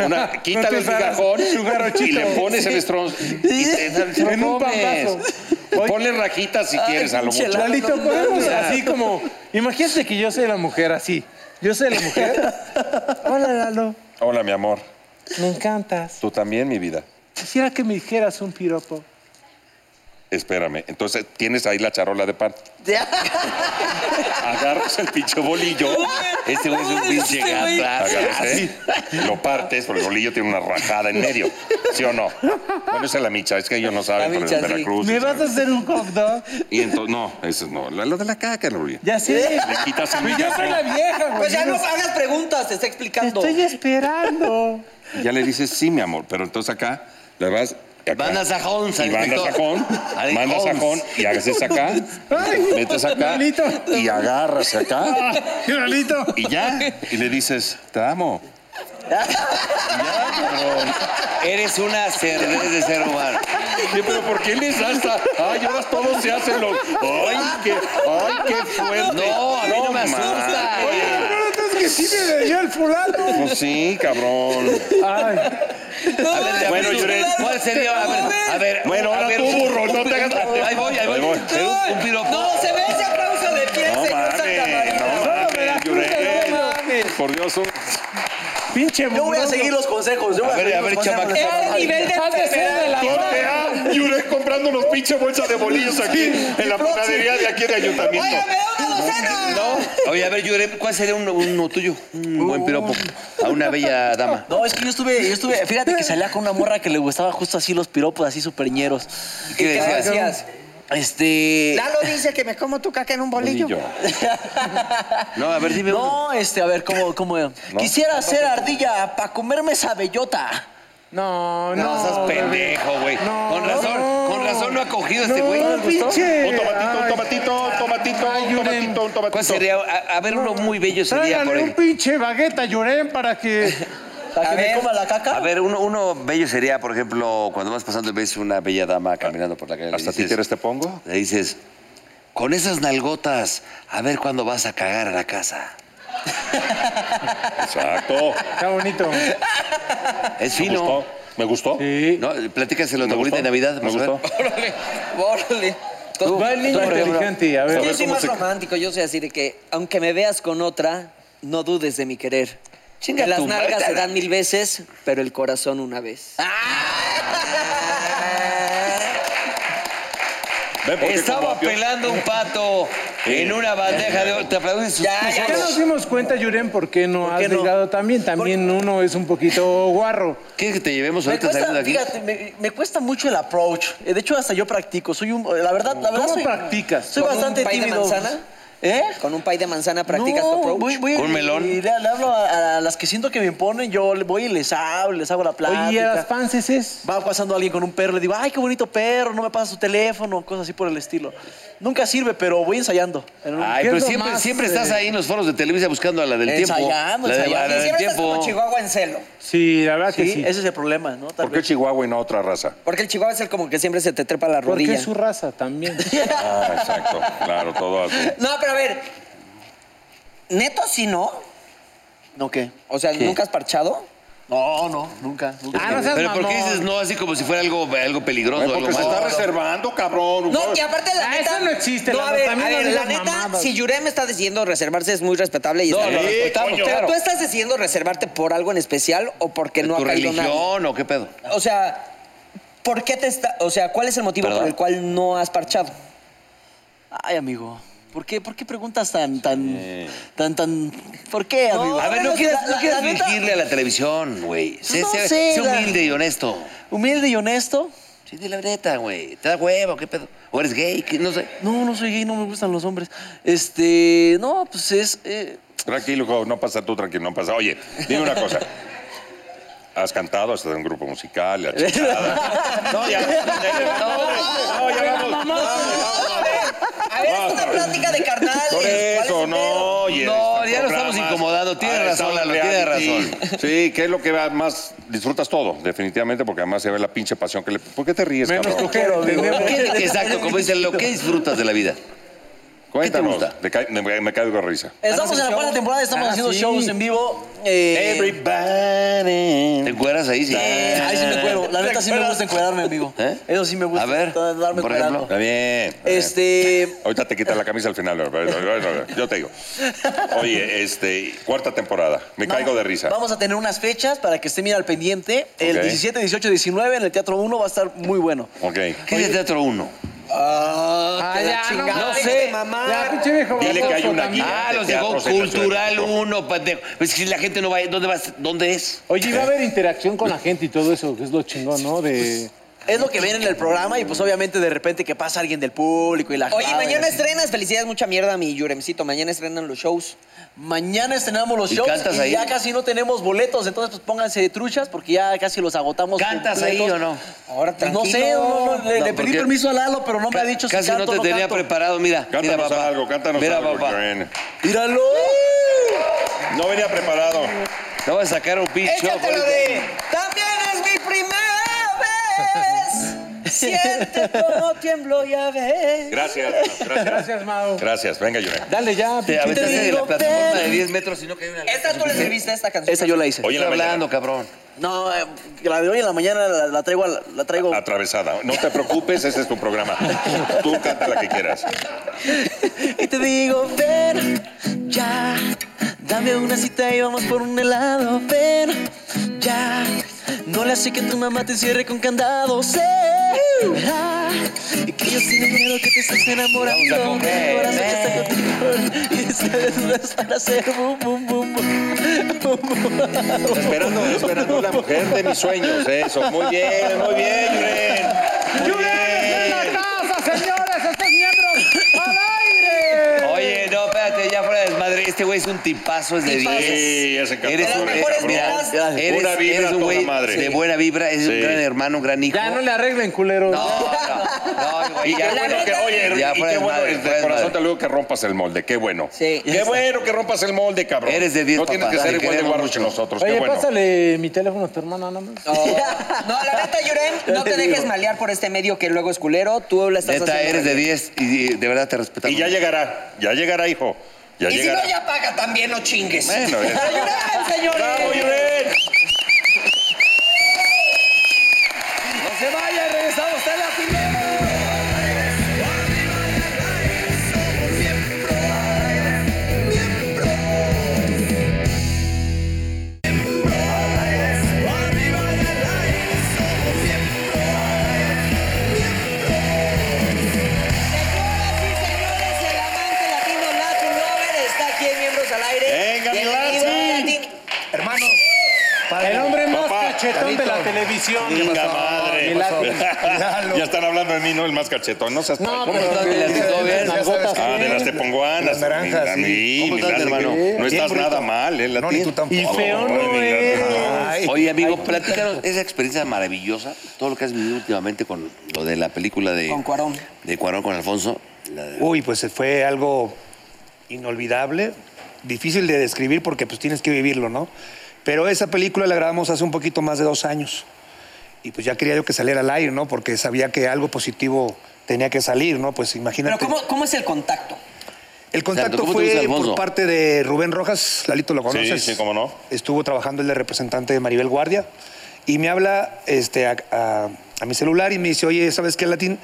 S4: una, quítale
S2: tu
S4: el
S2: zaraza,
S4: migajón
S2: tu garochito.
S4: y le pones el estronzo. Y te- te lo
S2: En un
S4: comes.
S2: pambazo. Oye.
S4: Ponle rajitas si quieres Pues a lo
S7: pinche
S4: mucho.
S7: la-
S2: Lalito,
S7: no,
S2: podemos
S7: no, no.
S2: así como. Imagínate que yo soy la mujer así. Yo soy la mujer. Hola, Lalo.
S4: Hola, mi amor.
S2: Me encantas.
S4: Tú también, mi vida.
S2: Quisiera que me dijeras un piropo.
S4: Espérame. Entonces tienes ahí la charola de pan. Agarras el pinche bolillo.
S1: Este güey es un pinche
S4: Agarras,
S1: gata. Ah,
S4: ¿eh? Lo partes, porque el bolillo tiene una rajada en medio. ¿Sí o no? Bueno, esa es la micha. Es que ellos no saben,
S3: La
S4: pero es
S3: micha,
S4: de
S3: sí.
S4: Veracruz.
S2: ¿Me vas a hacer un hot dog?
S4: Y entonces, no, eso no. La, la de la caca, no, Le
S2: Ya sé.
S4: quitas el
S2: Pues yo soy la vieja, güey.
S3: Pues ya
S2: Yo
S3: no
S2: sé.
S3: hagas preguntas, te está explicando.
S2: Estoy esperando.
S4: Y ya le dices, sí, mi amor, pero entonces acá le vas. y acá.
S1: Van a Sajón,
S4: y mandas a Jón, mandas a Jón y haces acá,
S2: Ay.
S4: metes acá
S2: Lalito. Ah,
S4: y agarras acá
S7: *laughs*
S2: Lalito.
S4: y ya. Y le dices, te amo.
S1: Eres una cerveza de ser humano.
S4: Sí, pero ¿por qué les das hasta? Ay, ahora todos se hacen los. Ay, qué, ay, qué fuerte.
S1: No, a mí no me asusta.
S4: ma.
S2: Es que sí me dio el fulano.
S4: Pues sí, cabrón.
S2: Ay.
S1: A ver, de-
S4: Bueno,
S1: a ver,
S4: Yurem.
S1: ¿Cuál sería? A ver, a ver.
S4: Bueno,
S1: a
S4: ahora
S1: ver,
S4: tú, burro, no
S1: un-
S4: te hagas-
S1: Ahí voy, ahí voy.
S4: Ahí voy.
S1: Pero un- Un piropo.
S3: No, se ve ese aplauso de pie,
S4: No
S3: señor
S4: mames,
S3: Santa
S4: no mames, Yurem.
S2: no mames.
S4: Por Dios, un-
S2: Pinche
S7: Yo voy a
S2: burro.
S7: seguir los consejos. Yo voy a,
S1: A ver,
S7: seguir
S1: a ver,
S7: los consejos.
S1: chamaco.
S3: Era el nivel de
S2: Has de ser de la
S4: Corte A, Yurek comprando unos pinche bolsas de bolillos aquí en la panadería de aquí de ayuntamiento.
S3: ¡Oiga, me da una docena!
S1: Oye, a ver, Yurem, ¿cuál sería uno, uno tuyo? Un buen piropo a una bella dama.
S7: No, es que yo estuve, yo estuve, fíjate que salía con una morra que le gustaba justo así los piropos, así superñeros.
S1: ¿Qué
S3: ¿Qué
S1: decías?
S3: decías?
S7: Este.
S3: Lalo dice que me como tu caca en un bolillo.
S1: No, a ver, dime uno.
S7: No, este, a ver, ¿cómo, cómo? Quisiera ser ardilla para comerme esa bellota.
S2: No, no.
S1: No, seas pendejo, güey.
S2: No.
S1: con razón, con razón no ha cogido este güey.
S2: No, pinche.
S4: Un tomatito, un
S2: Ay.
S4: tomatito, un tomatito,
S2: Ay,
S4: un
S2: Yurem.
S4: tomatito, un tomatito.
S1: ¿Cuál sería? A, a ver, uno muy bello sería por
S2: Tráigale un
S1: ahí.
S8: *laughs*
S2: pinche bagueta, Llorén, para que
S7: ¿Para que
S3: A
S7: me
S3: ver.
S7: coma la caca?
S1: A ver, uno, uno bello sería, por ejemplo, cuando vas pasando y ves una bella dama caminando por la calle. le
S4: ¿Hasta
S1: dices-
S4: títeres te pongo?
S1: Le dices, con esas nalgotas, a ver cuándo vas a cagar a la casa.
S4: Exacto.
S2: Está bonito.
S1: Es
S4: Me
S1: fino.
S4: gustó. Me gustó.
S2: Sí.
S1: ¿No? Platícaselo a
S4: Me
S1: tu abuelita de
S4: gustó.
S1: Navidad.
S4: Me
S1: vamos a ver.
S4: gustó.
S3: Órale, órale. Entonces,
S2: Va el niño
S1: Por ejemplo.
S2: inteligente, a
S3: Yo
S2: ver.
S4: ver
S3: soy
S4: cómo
S3: más
S4: se-
S3: romántico, yo soy así de que, aunque me veas con otra, no dudes de mi querer.
S1: Chinga
S3: Que las
S1: tu
S3: nalgas
S1: madre. Ah,
S3: se dan mil veces, pero el corazón una vez.
S4: Ven, porque
S1: Estaba
S4: como-
S1: pelando un pato en una bandeja de oro. Te aplauden sus
S3: Ya,
S1: sus
S3: ya,
S2: Ya
S1: ojos.
S2: nos dimos cuenta, Yuren, por qué no
S7: qué
S2: has
S7: no?
S2: llegado también. También uno es un poquito guarro.
S1: ¿Quieres que te llevemos
S7: Me
S1: ahorita
S7: cuesta,
S1: saliendo de aquí?
S7: fíjate, me, me cuesta mucho el approach. Eh, De hecho, hasta yo practico. Soy un, la verdad, la verdad
S2: ¿Cómo
S7: soy-
S2: practicas?
S7: Soy
S3: ¿Con un
S7: bastante
S3: pay de
S7: tímido.
S3: manzana?
S7: ¿Eh?
S3: Con un pay de manzana practicas
S7: No,
S3: tu approach.
S7: voy- voy
S1: ¿Con
S7: y-
S1: melón?
S7: y le, le hablo a, a las que siento que me imponen, yo le- voy y les hablo, les hago la plática.
S2: Oye, ¿y a las panceses?
S7: Va pasando alguien con un perro, le digo, ay, qué bonito perro, no me pasas tu teléfono, cosas así por el estilo. Nunca sirve, pero voy ensayando. En un-
S1: Ay,
S2: ¿Qué es
S1: pero
S2: lo
S1: siempre,
S2: más,
S1: siempre
S2: eh,
S1: estás ahí en los foros de Televisa buscando a la del tiempo.
S7: Ensayando,
S1: la de- la
S7: ensayando.
S3: Y
S1: del
S3: siempre estás como
S1: tiempo.
S3: Chihuahua en celo.
S2: Sí, la verdad que
S7: sí,
S2: sí.
S7: ese es el problema, ¿no? Tal
S4: ¿Por qué
S7: vez.
S4: Chihuahua y no otra raza?
S3: Porque el Chihuahua es el como que siempre se te trepa la
S2: Porque
S3: rodilla.
S2: es su raza también.
S4: Ah, exacto. Claro, todo así.
S3: No, pero a ver. Neto, si no.
S7: ¿No qué?
S3: O sea, ¿nunca has parchado?
S7: No, no, nunca. nunca.
S2: Ah, no seas
S1: Pero ¿por qué
S2: mamón.
S1: dices no así como si fuera algo, algo peligroso?
S4: Ven,
S1: algo
S4: porque se
S1: malo?
S4: está reservando, cabrón.
S3: No, y aparte la
S2: Ah,
S3: neta.
S2: eso no existe,
S3: No,
S2: la-
S3: a ver,
S2: también
S3: a
S2: no
S3: ver, la
S2: digas
S3: neta,
S2: mamadas.
S3: si Yurem me está decidiendo reservarse, es muy respetable y
S1: No,
S3: está
S1: lo
S3: bien.
S1: respetamos,
S4: coño.
S1: claro.
S3: Pero tú estás decidiendo reservarte por algo en especial o porque no ha
S1: ¿Tu
S3: caído nada.
S1: religión o qué pedo?
S3: O sea, ¿por qué te está.? O sea, ¿cuál es el motivo
S1: Perdón.
S3: por el cual no has parchado?
S7: Ay, amigo. ¿Por qué, ¿Por qué preguntas tan, tan, tan, tan... ¿Por qué, amigo?
S1: A ver, no quieras,
S7: La-
S1: no
S7: la-
S1: quieras
S7: la neta,
S1: dirigirle a la televisión, güey. Sé,
S7: No
S1: sé-
S7: sé,
S1: sé
S7: la-
S1: humilde y honesto.
S7: Humilde y honesto.
S1: Sí, di la neta, güey. ¿Te da hueva o qué pedo? ¿O eres gay? ¿Qué? No sé.
S7: No, no soy gay, no me gustan los hombres. Este, no, pues es... eh,
S4: Tranquilo, jo, no pasa tú, tranquilo, no pasa. Oye, dime una cosa. Has cantado hasta en un grupo musical, la
S1: *laughs*
S4: chingada. No, ya. No, ya vamos.
S3: A ver, es una plática de carnales.
S4: Por
S3: ¿cuál es
S4: eso,
S3: el pedo?
S4: no, oye.
S1: No,
S4: estos
S1: ya lo estamos
S4: programas,
S1: incomodando. Tienes
S4: ah,
S1: razón,
S4: estamos
S1: Lalo, tienes
S4: reality.
S1: razón.
S4: Sí, que es lo que más disfrutas todo, definitivamente, porque además se ve la pinche pasión que le. ¿Por qué te ríes,
S2: Menos
S4: cabrón?
S2: coger, entendemos.
S1: ¿Qué- exacto, como dicen, lo que disfrutas de la vida.
S4: Cuéntanos.
S1: gusta?
S4: Me ca- Me, me caigo de risa.
S3: ¿Haces
S7: Estamos en la
S3: shows?
S7: cuarta temporada, estamos
S2: Ah,
S7: haciendo
S2: sí.
S7: shows en vivo. eh,
S1: ¿Te encueras ahí? Sí.
S7: eh, ahí sí me cuero. La neta sí me gusta encuadrarme, amigo.
S1: ¿Eh?
S7: Eso sí me gusta.
S1: A ver,
S7: da- darme
S1: por ejemplo.
S7: cuerando.
S4: Está bien. está bien.
S7: Este,
S4: Ahorita te quita la camisa al final, pero- *laughs* pero- pero- pero- yo te digo. Oye, este, cuarta temporada, me caigo de risa.
S7: Vamos a tener unas fechas para que estén bien al pendiente. El
S4: Ok.
S7: 17, 18, 19 en el Teatro 1 va a estar muy bueno.
S4: Ok.
S1: ¿Qué es el Teatro 1?
S3: Ah,
S2: Ah,
S3: que la
S2: ya, no
S3: chingada,
S2: mames.
S3: déjate mamar.
S2: Ya, pinche viejo.
S4: Dile que hay
S2: baboso
S4: una
S2: también.
S4: guía.
S1: Ah,
S4: de
S1: los dejó
S4: teatros en la Ciudad de
S1: Cultural
S4: México.
S1: 1, pendejo. Es que si la gente no va, ¿dónde vas? ¿Dónde es?
S2: Oye, y va a haber interacción con la gente y todo eso, que es lo chingón, ¿no? De...
S7: Es lo que ven en el programa y pues obviamente de repente que pasa alguien del público y la
S3: Oye,
S7: jala y
S3: mañana
S7: así.
S3: estrenas. Felicidades, mucha mierda a mi Yuremcito. Mañana estrenan los shows.
S7: Mañana estrenamos los
S1: ¿Y
S7: shows
S1: cantas
S7: y
S1: ahí?
S7: ya casi no tenemos boletos, entonces pues pónganse truchas porque ya casi los agotamos.
S1: ¿Cantas ahí
S7: completos. Pues,
S1: o no?
S3: Ahora
S7: No
S3: tranquilo.
S7: sé, no, no, le,
S1: No,
S7: le pedí
S1: porque-
S7: permiso a Lalo, pero no me ha dicho
S1: Casi
S7: si canto
S1: no te
S7: o
S1: tenía
S7: canto.
S1: preparado, mira. mira,
S4: Cántanos
S1: papá.
S4: algo, cántanos
S1: mira,
S4: algo.
S1: papá.
S4: Joan.
S7: ¡Míralo!
S4: No venía preparado.
S1: Te voy a sacar un pinche.
S3: Échatelo de. También es mi primera vez. Siente como tiemblo, ya ves.
S4: Gracias, gracias.
S2: Gracias, Mao.
S4: Gracias, venga, Yurem.
S2: Dale ya,
S1: Te
S2: pinche.
S1: aventaste de la
S7: digo,
S1: plataforma
S7: ven.
S1: de 10 metros y no cayó una.
S3: Esta tú le serviste esta canción.
S7: Esa yo la hice.
S4: Oye,
S1: Estoy
S4: en la
S1: hablando,
S4: mañana,
S1: cabrón.
S7: No, eh, la de hoy en la mañana la, la traigo... a la- La traigo...
S4: atravesada. No te preocupes, ese es tu programa. Tú canta la que quieras.
S7: Y te digo, ven ya, dame una cita y vamos por un helado. Ven ya, no le hace que tu mamá te encierre con candado. Sé verá, y que yo sin miedo que te estés enamorando.
S1: Vamos a comer,
S7: Ahora sé que está contigo y sabes no es para hacer boom, boom, boom, boom, boom.
S4: Esperando, esperando la mujer de mis sueños. Eso, muy bien, muy bien, Yurem. Muy bien.
S2: casa, señores! ¡Estos miembros al aire!
S1: Oye, no, espérate. güey, ya fuera de desmadre, este güey es un tipazo, es de
S3: Tipazo.
S1: 10.
S4: Sí, ese cabrón,
S1: Eres
S3: De las
S1: un-
S3: mejores
S1: cabrón.
S3: vibras.
S1: Mira, Eres,
S4: Una vibra
S1: eres un
S4: toda
S1: güey
S4: madre.
S1: de buena vibra, es
S4: Sí.
S1: un gran hermano, un gran hijo.
S2: Ya no le arreglen, culero.
S1: No, no, no, güey,
S4: Y qué
S1: ya.
S4: bueno que, oye,
S1: Ya
S4: y
S1: fuera
S4: qué
S1: de madre,
S4: bueno,
S1: fuera
S4: de
S1: de
S4: corazón
S1: madre.
S4: te digo que rompas el molde, qué bueno.
S3: Sí, ya
S4: Qué
S3: está.
S4: bueno que rompas el molde, cabrón.
S1: Eres de 10,
S4: No tienes que
S1: papá, te
S4: ser igual de
S1: queremos
S4: guarros que
S1: mucho.
S4: nosotros,
S2: Oye,
S4: qué bueno.
S2: pásale mi teléfono a tu hermana nada más.
S3: No, no, la neta, Yurem, no te dejes malear por este medio que luego es culero. Tú la estás
S1: Neta,
S3: haciendo
S1: eres de
S3: bien.
S1: 10 y y de verdad te respetamos.
S4: Y ya llegará, ya llegará, hijo. Ya
S3: Y si
S4: llegará.
S3: no, ya paga también, no chingues.
S4: Bueno, es-
S3: ¡A Yurem, señores!
S4: ¡Bravo, Yuren!
S1: ¡No se vaya! ¡Regresamos! ¡Está la
S3: Señoras y señores, el amante latino Latin Lover está aquí en Miembros al Aire.
S4: Venga, mi
S3: Bienvenido,
S4: Latin.
S3: Latin.
S6: Hermano. padre.
S2: El hombre más
S4: Papá,
S2: cachetón de la
S6: Carlito.
S2: televisión.
S6: ¿Qué
S4: ¡Venga,
S6: pasó?
S4: madre!
S6: Mi Latin.
S8: *laughs*
S4: ya están hablando de mí, no el más cachetón. No seas
S2: No,
S4: ¿Cómo
S2: pero-
S4: estás?
S1: ¿Te la quitó bien?
S6: Ya sabes que-
S4: Ah, de las teponguanas.
S6: Las naranjas,
S4: mi- a
S6: sí.
S4: mí,
S6: ¿Cómo
S4: mi
S6: estás,
S4: Latin,
S6: hermano?
S4: hermano. No
S6: Bien
S4: estás
S6: bonito.
S4: nada mal, ¿eh,
S6: No, ni tú
S4: Latin?
S6: tampoco.
S2: Y feo no
S4: Ay,
S2: eres.
S6: Ay,
S1: Oye, amigo, platícanos esa experiencia maravillosa, todo lo que has vivido últimamente con lo de la película de...
S3: Con Cuarón.
S1: De Cuarón con Alfonso. la de-
S8: Uy, pues fue algo inolvidable, difícil de describir porque pues tienes que vivirlo, ¿no? Pero esa película la grabamos hace un poquito más de dos años y pues ya quería yo que saliera al aire, ¿no? Porque sabía que algo positivo tenía que salir, ¿no? Pues imagínate.
S3: Pero ¿cómo, ¿cómo es el contacto?
S8: El contacto
S1: ¿cómo te gusta
S8: fue
S1: Alfonso?
S8: por parte de Rubén Rojas, Lalito lo conoces.
S4: sí, cómo no.
S8: Estuvo trabajando el de representante de Maribel Guardia y me habla este, a, a- a mi celular y me dice, oye, ¿sabes qué, Latín?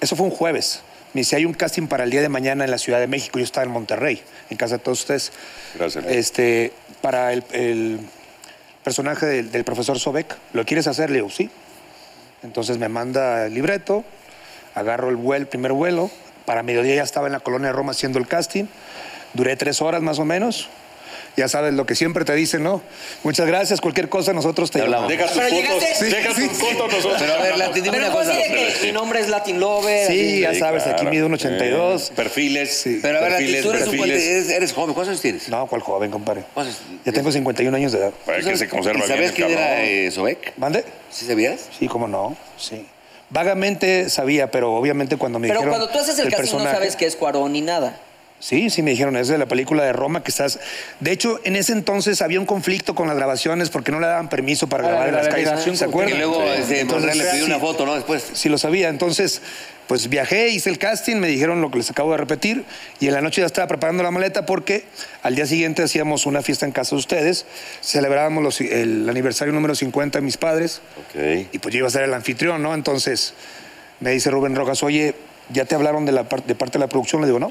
S8: Eso fue un jueves. Me dice, hay un casting para el día de mañana en la Ciudad de México. Yo estaba en Monterrey, en casa de todos ustedes.
S4: Gracias.
S8: Este, para el, el personaje del, del profesor Sobek, ¿lo quieres hacer? Le digo, sí. Entonces me manda el libreto, agarro el, vuelo, el primer vuelo. Para mediodía ya estaba en la colonia de Roma haciendo el casting. Duré tres horas más o menos. Ya sabes lo que siempre te dicen, ¿no? Muchas gracias, cualquier cosa nosotros te
S1: hablamos.
S8: llamamos.
S4: Deja tus
S3: Pero
S4: fotos,
S3: llegaste-
S4: deja tus fotos nosotros.
S1: Pero a ver,
S4: hablamos.
S1: Latin, dime
S3: Pero
S1: una
S3: no
S1: cosa.
S3: así
S8: pues
S3: de que mi nombre es Latin Lover.
S8: Sí, ya
S4: Sí,
S8: sabes, aquí
S4: claro.
S8: mido un 82.
S4: Eh, Perfiles.
S8: Sí.
S1: Pero a ver, Latin,
S4: perfiles,
S1: tú eres, un cuate,
S4: perfiles.
S1: eres, eres joven, ¿cuántos años tienes?
S8: No, cuál joven, compadre.
S1: Pues es- Pues.
S8: Ya tengo 51 años de edad.
S4: Para que se
S1: ¿Y
S4: conserva bien
S1: ¿Sabías
S4: el
S1: quién era
S4: cabrón.
S1: eh, Sobek?
S8: ¿Mande?
S1: ¿Sí sabías?
S8: Sí, cómo no, sí. Vagamente sabía, pero obviamente cuando me
S3: Pero
S8: dijeron
S3: cuando tú haces el,
S8: del
S3: casting no
S8: personaje-
S3: sabes que es Cuarón ni nada.
S8: Sí, sí me dijeron, es de la película de Roma que estás... De hecho, en ese entonces había un conflicto con las grabaciones porque no le daban permiso para
S2: Ah,
S8: grabar en
S2: la
S8: las
S2: delegación
S8: calles. ¿Se acuerdan?
S1: Y luego este,
S8: Entonces,
S1: Monreal le pidió
S8: sí.
S1: una foto, ¿no? Después.
S8: Sí lo sabía. Entonces, pues viajé, hice el casting, me dijeron lo que les acabo de repetir y en la noche ya estaba preparando la maleta porque al día siguiente hacíamos una fiesta en casa de ustedes, celebrábamos los- el aniversario número 50 de mis padres
S4: Ok.
S8: y pues yo iba a ser el anfitrión, ¿no? Entonces me dice Rubén Rojas, oye, ¿ya te hablaron de, la par- de parte de la producción? Le digo, no.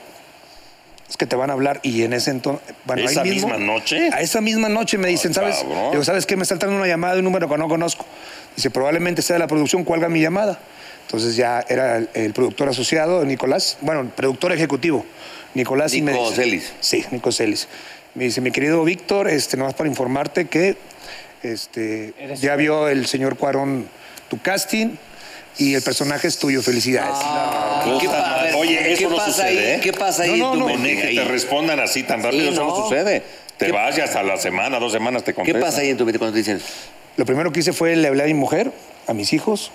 S8: Es que te van a hablar y en ese entonces... bueno,
S4: ¿Esa
S8: ahí mismo-
S4: misma noche? Ah,
S8: A esa misma noche me dicen, ¿sabes?
S4: cabrón.
S8: Le Digo, ¿sabes qué? Me está entrando una llamada de un número que no conozco. Dice, probablemente sea de la producción, cuelga mi llamada. Entonces ya era el, el productor asociado, Nicolás, bueno, el productor ejecutivo, Nicolás. y me
S1: Nico
S8: dice-
S1: Celis.
S8: Sí, Nico Celis. Me dice, mi querido Víctor, este, nomás para informarte que este, ya vio el señor Cuarón tu casting y el personaje es tuyo, felicidades.
S4: Puta
S1: pa- a
S4: madre.
S1: ver,
S4: Ah, Oye, eso
S1: ¿qué
S4: no
S1: pasa
S4: sucede,
S1: ahí?
S4: ¿eh?
S1: ¿Qué pasa ahí
S8: No, no,
S1: en tu
S8: no.
S1: mente?
S4: Nene, que te
S1: Ahí.
S4: respondan así tan rápido, eso no
S3: no.
S4: sucede. Te vas y hasta la semana, dos semanas te
S1: ¿Qué
S4: contestan.
S1: pasa ahí en tu mente cuando te dicen?
S8: Lo primero que hice fue le hablé a mi mujer, a mis hijos,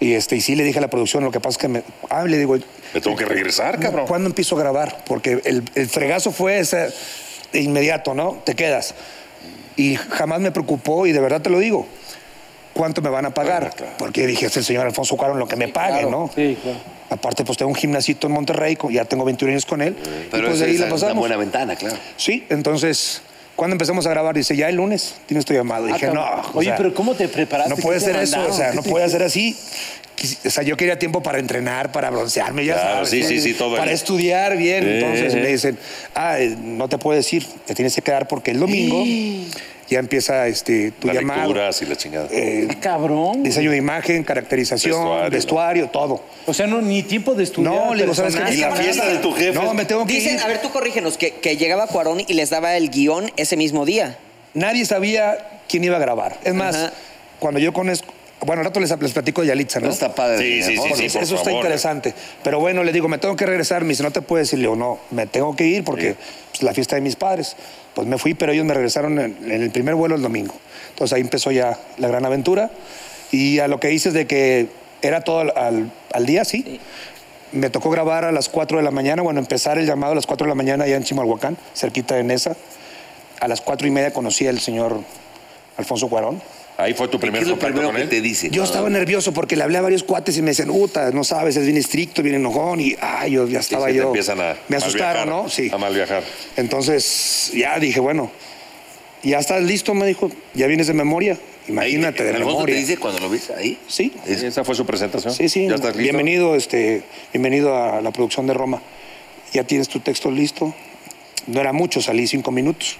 S8: y, este, y sí le dije a la producción, lo que pasa es que me... Ah, le digo...
S4: Me tengo que
S2: Ah,
S4: regresar, cabrón.
S8: ¿Cuándo empiezo a grabar? Porque el, el fregazo fue ese de inmediato, ¿no? Te quedas. Y jamás me preocupó, y de verdad te lo digo, ¿cuánto me van a pagar? Porque dije, es el señor Alfonso Cuarón lo que me pague, ¿no?
S2: Sí, claro.
S8: Aparte, pues tengo un gimnasito en Monterrey, con- ya tengo 21 años con él. y
S1: Pero
S8: pues
S1: esa
S8: de ahí
S1: es
S8: la
S1: una
S8: pasamos.
S1: buena ventana, claro.
S8: Sí, entonces, ¿cuándo empezamos a grabar? Dice, ya el lunes tienes tu llamado. dije, no.
S2: Ah, cabrón.
S8: o
S2: Oye,
S8: sea,
S2: pero ¿cómo te preparaste?
S8: No puede
S2: ¿Qué te
S8: ser eso, o
S2: mandaron?
S8: sea,
S2: ¿Qué
S8: no
S2: te
S8: puede ser
S2: hiciste?
S8: así. Quis- O sea, yo quería tiempo para entrenar, para broncearme, ya
S4: Claro,
S8: sabes,
S4: sí,
S8: ¿no?
S4: sí, sí, todo
S8: Para
S4: el-
S8: estudiar bien.
S4: Eh,
S8: Entonces
S4: eh.
S8: me dicen, ah, eh, no te puedes ir, te tienes que quedar porque
S4: *gasps*
S8: el domingo ya empieza este, tu
S4: Las
S8: llamado.
S4: lecturas y la chingada.
S8: eh,
S2: Cabrón.
S8: diseño de imagen, caracterización,
S4: Vestuario, ¿no?
S8: vestuario, todo.
S2: O sea, no, ni tiempo de estudiar.
S8: No, le digo, ¿sabes qué?
S2: personaje.
S4: Y la fiesta de tu jefe.
S8: No, me tengo que
S3: Dicen,
S8: ir.
S3: a ver, tú corrígenos, que, que llegaba Cuarón y les daba el guión ese mismo día.
S8: Ah, Nadie sabía quién iba a grabar. Es más,
S3: Ajá.
S8: cuando yo conozco- Bueno, al rato les, les platico de Yalitza, ¿no?
S1: No está padre.
S4: Sí, sí,
S1: ¿no?
S4: sí,
S8: Porque
S4: sí.
S8: eso
S4: por
S8: está
S4: favor. ¿eh?
S8: interesante. Pero bueno, le digo, me tengo que regresar. Me dice, no te puedes ir. Le digo, no, me tengo que ir porque pues, la fiesta de mis padres. Pues me fui, pero ellos me regresaron en, en el primer vuelo el domingo. Entonces ahí empezó ya la gran aventura. Y a lo que dices de que era todo al, al- al día, sí. Me tocó grabar a las 4 de la mañana, bueno, empezar el llamado a las 4 de la mañana allá en Chimalhuacán, cerquita de Nesa. A las 4 y media conocí al señor Alfonso Cuarón.
S4: Ahí fue tu
S1: ¿Qué
S4: primer
S1: es lo
S4: contacto
S1: primero
S4: con
S1: que
S4: él.
S1: te dice?
S8: Yo estaba nervioso porque le hablé a varios cuates y me decían, Uta, no sabes, es bien estricto, bien enojón. Y ay, yo ya
S4: Sí,
S8: estaba
S4: sí, te
S8: yo.
S4: empiezan a
S8: me asustaron,
S4: malviajar,
S8: ¿no? Sí.
S4: A mal viajar.
S8: Entonces, ya dije, bueno, ya estás listo, me dijo, ya vienes de memoria. Imagínate, de
S1: Alfonso
S8: memoria.
S1: te dice cuando lo ves ahí?
S8: Sí,
S4: Esa fue su presentación.
S8: sí, sí.
S4: ¿Ya estás listo?
S8: Bienvenido, este, bienvenido a la producción de Roma. Ya tienes tu texto listo. No era mucho, salí cinco minutos.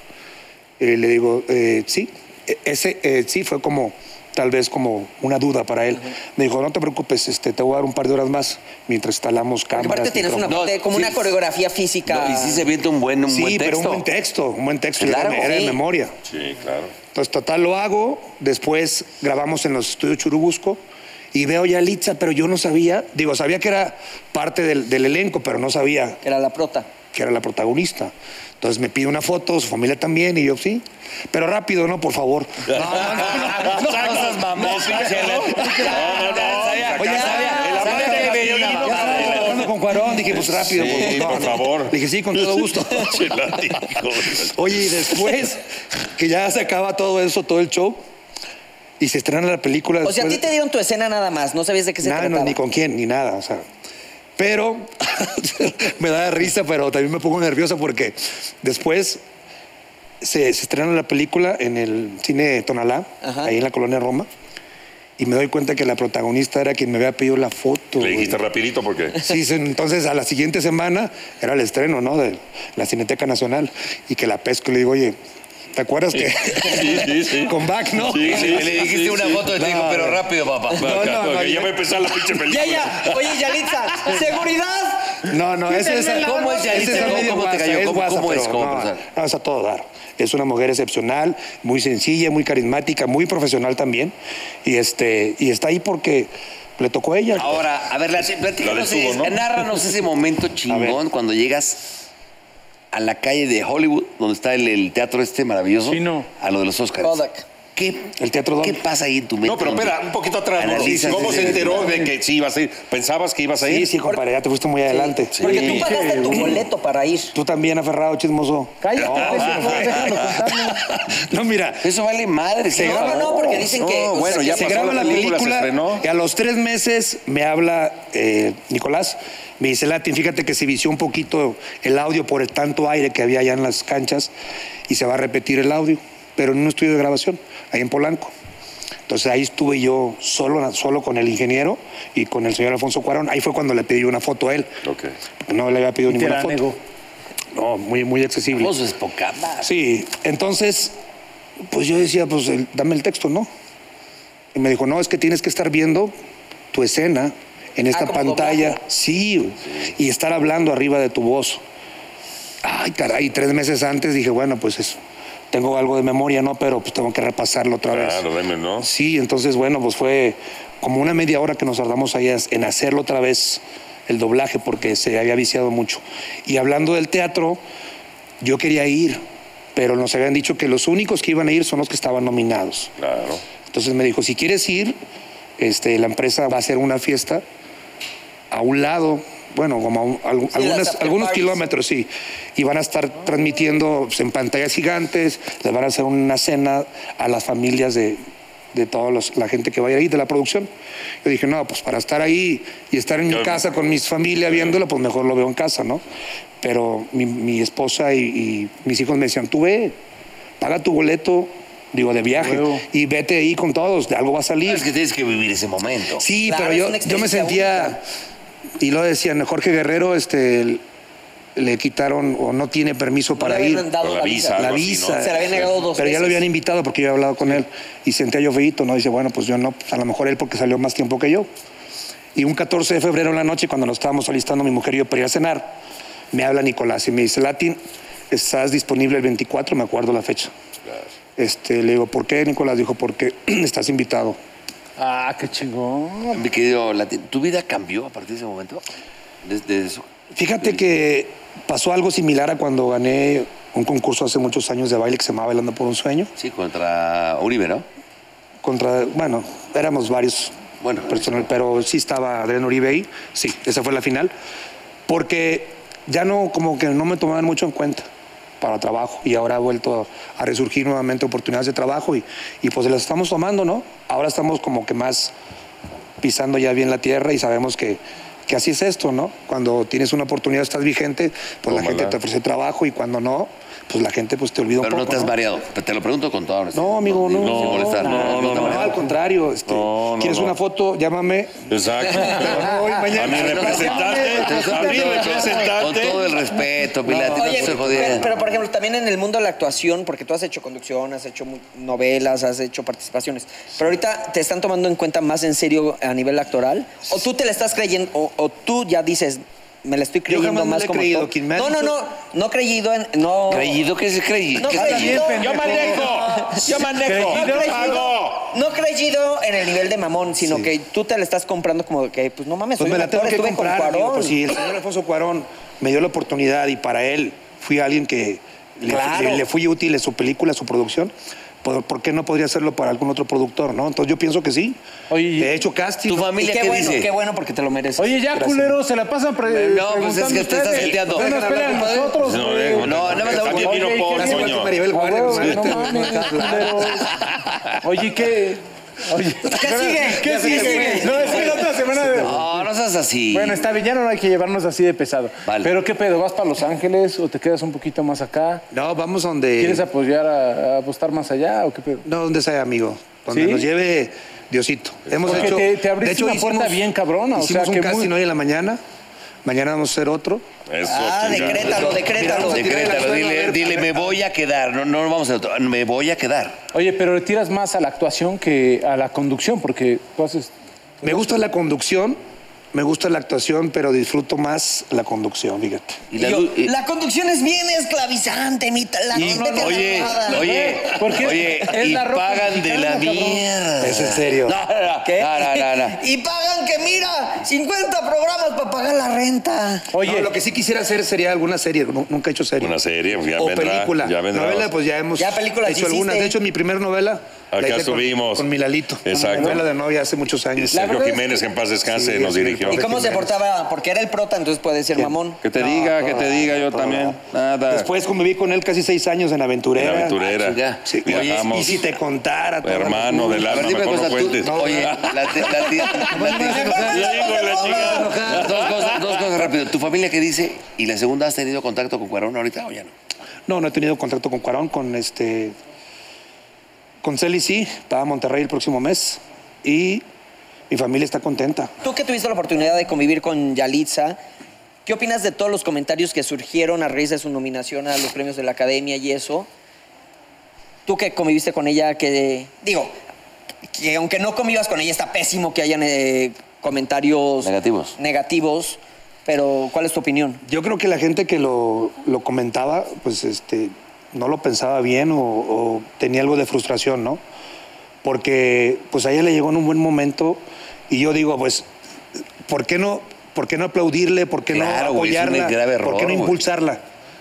S8: Eh, le digo, eh, sí, E- ese eh, sí fue como, tal vez como una duda para él. Me dijo, no te preocupes, este, te voy a dar un par de horas más mientras instalamos
S3: Porque
S8: cámaras.
S3: aparte tienes una
S8: micrófonos".
S3: parte de- como
S1: sí.
S3: una coreografía física.
S1: No, y sí se avienta un buen, un
S8: Sí,
S1: buen texto.
S8: pero un buen texto, un buen texto.
S1: Claro,
S8: era era de
S1: sí.
S8: memoria.
S4: Sí, claro.
S8: Entonces, total, lo hago. Después grabamos en los estudios Churubusco y veo ya a Yalitza, pero yo no sabía, digo, sabía que era parte del, del elenco, pero no sabía
S3: Era la prota.
S8: que era la protagonista. Entonces me pide una foto, su familia también, y yo sí. Pero rápido, no, por
S4: *laughs*
S8: favor. No, no, no, no, no, no, Oye, sabía, el amante de Belinda, ya estaba hablando con Cuarón, dije, pues rápido.
S4: Sí,
S8: pues,
S4: por favor.
S8: Le Dije, sí, con todo
S4: *laughs*
S8: gusto.
S4: Sí, la dijo.
S8: Oye, y después que ya se acaba todo eso, todo el show, y se estrena la película.
S3: O sea, a
S8: después-
S3: ti te dieron tu escena nada más, no sabías de qué se
S8: Nada, no,
S3: trataba.
S8: ni con quién, ni nada, o sea. Pero *laughs* me da risa, pero también me pongo nervioso porque después se, se estrena la película en el cine Tonalá,
S3: Ajá.
S8: ahí en la colonia Roma, y me doy cuenta que la protagonista era quien me había pedido la foto.
S4: Le
S8: güey.
S4: dijiste rapidito porque...
S8: Sí, sí, entonces a la siguiente semana era el estreno, ¿no? De la Cineteca Nacional. Y que la pesco y le digo, oye, ¿te acuerdas que
S4: Sí, sí, sí.
S8: *laughs* con Back, no?
S4: Sí, sí,
S5: Le dijiste
S4: sí,
S5: una
S4: sí.
S5: foto y te dijo, pero rápido, papá.
S4: No,
S8: *laughs* no, no,
S4: ya
S8: yo-
S4: va a empezar la *laughs* pinche
S3: Y
S4: película.
S3: ella, oye, Yalitza, seguridad.
S8: No, no, ese es.
S1: ¿Cómo es, Yaritza?
S8: ese es
S1: ¿Cómo-
S8: medio
S1: cómo te
S8: guasa,
S1: cayó?
S8: es
S1: ¿Cómo-
S8: guasa,
S1: cómo es?
S8: pero
S1: ¿Cómo
S8: no,
S1: persona?
S8: no, es a todo dar. Es una mujer excepcional, muy sencilla, muy carismática, muy profesional también. Y, este, y está ahí porque le tocó a ella.
S1: Ahora, a ver, la- platícanos,
S4: detuvo,
S1: es-
S4: ¿no?
S1: nárranos ese *laughs* momento chingón cuando llegas a la calle de Hollywood, donde está el, el teatro este maravilloso,
S2: Sí, no.
S1: a lo de los Oscars.
S3: Kodak.
S1: ¿Qué,
S8: El teatro
S1: ¿Qué
S8: Dom.
S1: pasa ahí en tu mente?
S4: No, pero
S1: donde
S4: espera, un poquito atrás. ¿no?
S1: analizas
S4: ¿Cómo
S1: ese-
S4: se enteró de que sí ibas a ir? ¿Pensabas que ibas a
S8: Sí,
S4: ir?
S8: sí, compadre, ya te fuiste muy adelante.
S3: Porque tú pagaste tu boleto para ir.
S8: Tú también, aferrado, chismoso.
S2: Cállate, déjame contarlo.
S8: *laughs* No, mira,
S1: Eso vale madre. se
S3: No,
S1: graba.
S3: no, no, porque dicen que.
S4: No, bueno, ya
S8: se
S4: pasó
S8: graba la película,
S4: se estrenó.
S8: y a los tres meses me habla eh, Nicolás, me dice Latin, fíjate que se vició un poquito el audio por el tanto aire que había allá en las canchas y se va a repetir el audio, pero en un estudio de grabación, ahí en Polanco. Entonces ahí estuve yo solo, solo con el ingeniero y con el señor Alfonso Cuarón. Ahí fue cuando le pedí una foto a él.
S4: Ok.
S8: No le había pedido
S2: Te
S8: ninguna
S2: la
S8: foto.
S2: negó.
S8: No, muy, muy accesible.
S1: Alfonso es poca madre.
S8: Sí, entonces, pues yo decía, pues el- dame el texto, ¿no? Y me dijo, no, es que tienes que estar viendo tu escena en esta
S3: como
S8: pantalla.
S3: doblaje.
S8: Sí, y estar hablando arriba de tu voz. Ay, caray, tres meses antes dije, bueno, pues es- tengo algo de memoria, ¿no? Pero pues tengo que repasarlo otra vez.
S4: Claro, deme, ¿no?
S8: Sí, entonces, bueno, pues fue como una media hora que nos tardamos ahí as- en hacerlo otra vez el doblaje porque se había viciado mucho. Y hablando del teatro, yo quería ir, pero nos habían dicho que los únicos que iban a ir son los que estaban nominados.
S4: Claro.
S8: Entonces me dijo, si quieres ir, este, la empresa va a hacer una fiesta a un lado, bueno, como a un- al-
S3: Sí, las
S8: algunas,
S3: after
S8: algunos
S3: parties.
S8: kilómetros, sí. Y van a estar transmitiendo pues, en pantallas gigantes, les van a hacer una cena a las familias de, de toda la gente que vaya ahí, de la producción. Yo dije, no, pues para estar ahí y estar en mi
S4: Claro.
S8: casa con mis familia viéndolo, pues mejor lo veo en casa, ¿no? Pero mi, mi esposa y, y mis hijos me decían, tú ve, paga tu boleto, digo, de viaje,
S2: Huevo.
S8: y vete ahí con todos, de algo va a salir.
S1: Es que tienes que vivir ese momento.
S8: Sí,
S3: Claro, es
S8: pero
S3: una
S8: yo, yo me
S3: experiencia
S8: sentía. Y lo decían, Jorge Guerrero este, l- le quitaron o no tiene permiso para
S3: le
S8: ir.
S3: habían dado
S4: Con la visa,
S8: La
S4: algo así,
S8: visa.
S4: ¿no?
S3: Se la habían negado dos
S8: pero ya lo
S3: veces.
S8: habían invitado porque yo he hablado con él. Y sentía yo feíto, ¿no? Dice, bueno, pues yo no, pues a lo mejor él porque salió más tiempo que yo. Y un 14 de febrero en la noche, cuando nos estábamos alistando mi mujer y yo para ir a cenar, me habla Nicolás y me dice, Latin, estás disponible el 24, *clears throat* me acuerdo la fecha. Este, le digo, ¿por qué, Nicolás? Dijo, porque estás invitado
S2: Ah, qué chingón.
S1: Mi querido Latin, ¿tu vida cambió a partir de ese momento? Desde eso.
S8: Fíjate que pasó algo similar a cuando gané un concurso hace muchos años de baile que se llamaba Bailando por un Sueño.
S1: Sí, contra Uribe, ¿no?
S8: Contra, bueno, éramos varios
S1: Bueno.
S8: personal, pero sí estaba Adrián Uribe ahí. Sí, esa fue la final. Porque ya no, como que no me tomaban mucho en cuenta para trabajo y ahora ha vuelto a resurgir nuevamente oportunidades de trabajo y, y pues las estamos tomando, ¿no? Ahora estamos como que más pisando ya bien la tierra y sabemos que, que así es esto, ¿no? Cuando tienes una oportunidad, estás vigente, pues la
S4: Tómala.
S8: gente te ofrece trabajo y cuando no, pues la gente pues te olvida
S1: Pero
S8: un
S1: no
S8: poco.
S1: te has mareado. Te- Te lo pregunto con toda honestidad.
S8: No, amigo, no.
S1: sin molestar.
S4: no, no,
S1: te
S4: no.
S8: No,
S1: mareas.
S8: al contrario. este,
S4: No, no,
S8: ¿Quieres
S4: no.
S8: una foto? Llámame.
S2: Pues
S4: *laughs* Exacto.
S8: Hoy,
S4: A
S8: mañana.
S4: mi representante, a mi
S1: Con todo el
S4: representante.
S1: respeto, Pilate, no,
S3: Oye,
S1: se
S3: pero,
S1: jodía.
S3: pero, por ejemplo, también en el mundo de la actuación, porque tú has hecho conducción, has hecho mu- novelas, has hecho participaciones, pero ahorita te están tomando en cuenta más en serio a nivel actoral, o tú te la estás creyendo, o, o tú ya dices, me la estoy creyendo
S8: jamás me
S3: más
S8: la he
S3: como
S8: creído,
S3: actor.
S8: quien me ha
S3: no, no,
S8: dicho-
S3: no, no creído en, no.
S1: ¿Creído que es creído?
S3: No creído,
S2: bien,
S4: Yo manejo, yo manejo,
S3: no
S4: yo
S3: creído-
S4: pago.
S3: no creído en el nivel de mamón, sino que tú te la estás comprando como que, pues no mames,
S8: Pues
S3: soy
S8: me
S3: un
S8: la tengo
S3: actor,
S8: que
S3: estuve
S8: comprar.
S3: con
S8: amigo,
S3: Cuarón.
S8: pues, si el señor Alfonso Cuarón me dio la oportunidad y para él fui alguien que le,
S3: Claro.
S8: le- le fui útil en su película, su producción, ¿por, por qué no podría hacerlo para algún otro productor? no? Entonces yo pienso que sí.
S2: Oye, y-
S8: de hecho, casting.
S1: ¿Tu
S8: ¿no?
S3: y
S1: familia
S3: qué,
S1: qué
S3: bueno,
S1: dice?
S3: qué bueno porque te lo mereces.
S2: Oye, ya, culero, se la pasan pre
S1: No, pues es que te estás jeteando.
S2: seteando. No nos pelean a nosotros,
S4: No,
S2: güey.
S4: eh,
S1: No, nada más la
S4: También
S1: última.
S4: vino
S2: Oye,
S4: pobre,
S2: ¿qué
S8: Casting
S2: digo?
S8: con
S4: coño.
S8: Maribel
S2: Ah,
S8: Guardia,
S2: güey,
S8: pues,
S2: no
S8: ahorita.
S2: mames, culeros. Oye, ¿qué? Oye,
S3: ¿Qué sigue?
S2: ¿Qué sigue? No, es que la otra semana... de-
S1: No, no seas así.
S2: Bueno, está bien, ya no hay que llevarnos así de pesado.
S1: Vale.
S2: Pero ¿qué pedo? ¿Vas para Los Ángeles o te quedas un poquito más acá?
S8: No, vamos donde.
S2: ¿Quieres apoyar a, a apostar más allá o qué pedo?
S8: No, donde sea, amigo. Donde
S2: ¿Sí?
S8: nos lleve Diosito. Hemos
S2: Porque
S8: hecho,
S2: te- te abriste
S8: de hecho,
S2: una puerta bien cabrona, o
S8: Hicimos
S2: sea,
S8: un
S2: que muy-
S8: casting hoy en la mañana. Mañana vamos a hacer otro.
S4: Eso,
S3: Ah,
S4: chingada.
S3: decrétalo, decrétalo.
S1: Decrétalo,
S8: Mira,
S1: dile, dile, me voy a quedar. No, no vamos a otro. Me voy a quedar.
S2: Oye, pero le tiras más a la actuación que a la conducción, porque tú haces...
S8: Me gusta la conducción, me gusta la actuación, pero disfruto más la conducción, fíjate.
S1: Y
S3: Y
S1: la
S3: yo,
S1: du- y-
S3: la conducción es bien esclavizante, mi ta- la
S1: y-
S3: vete a la
S1: oye,
S3: fregada.
S1: oye,
S2: ¿Por qué?
S1: oye,
S2: Es
S1: y
S2: la ropa
S1: pagan de la
S2: mexicana, cabrón.
S1: mierda.
S8: Es en serio.
S1: No, no, no,
S3: ¿Qué?
S1: no, no, no, no.
S3: Y pagan que mira, 50 programas para pagar la renta.
S2: Oye,
S8: No, lo que sí quisiera hacer sería alguna serie, nu- nunca he hecho serie.
S4: Una serie, pues ya
S8: o
S4: vendrá,
S8: película.
S4: ya vendrá.
S8: Novela, pues ya hemos
S3: Ya películas
S8: hecho algunas.
S3: hiciste.
S8: De hecho, mi primer novela la
S4: Acá
S8: hice con-
S4: estuvimos.
S8: Con, Milalito.
S4: Exacto.
S8: Una novela de novia hace muchos años.
S4: Sergio
S2: verdad es
S4: Jiménez, que en paz descanse,
S8: Sí,
S4: nos
S8: sí,
S4: dirigió.
S3: ¿Y cómo se
S8: Jiménez.
S3: portaba? Porque era el prota, entonces puede ser mamón.
S4: Que te diga, que te diga, yo
S8: todo
S4: también. Nada.
S8: Después conviví con él casi seis años en Aventurera.
S4: En aventurera.
S1: chinga.
S8: Sí,
S4: Ah, Oye,
S8: y si te contara. todo.
S4: Hermano del
S1: A ver,
S4: alma,
S1: dime
S4: mejor
S1: una
S4: no
S1: cosa. tú-
S4: cuentes.
S1: oye, la ti- la ti- la ti-
S4: la chingada.
S1: Dos cosas, dos cosas rápido. ¿Tu familia qué dice? Y la segunda, ¿has tenido contacto con Cuarón ahorita o ya no?
S8: No, no he tenido contacto con Cuarón, con este. Con Celi sí, va a Monterrey el próximo mes. Y mi familia está contenta.
S3: Tú que tuviste la oportunidad de convivir con Yalitza, ¿qué opinas de todos los comentarios que surgieron a raíz de su nominación a los premios de la academia y eso? Tú que conviviste con ella, que digo, que aunque no convivas con ella, está pésimo que hayan eh, comentarios
S1: Negativos.
S3: negativos, pero ¿cuál es tu opinión?
S8: Yo creo que la gente que lo, lo comentaba, pues este, no lo pensaba bien o, o tenía algo de frustración, ¿no? Porque pues a ella le llegó en un buen momento y yo digo, pues, ¿por qué no, por qué no aplaudirle? ¿Por qué
S1: Claro,
S8: no
S1: güey, es un
S8: apoyarla?
S1: grave
S8: ¿Por qué
S1: error,
S8: no
S1: güey.
S8: impulsarla?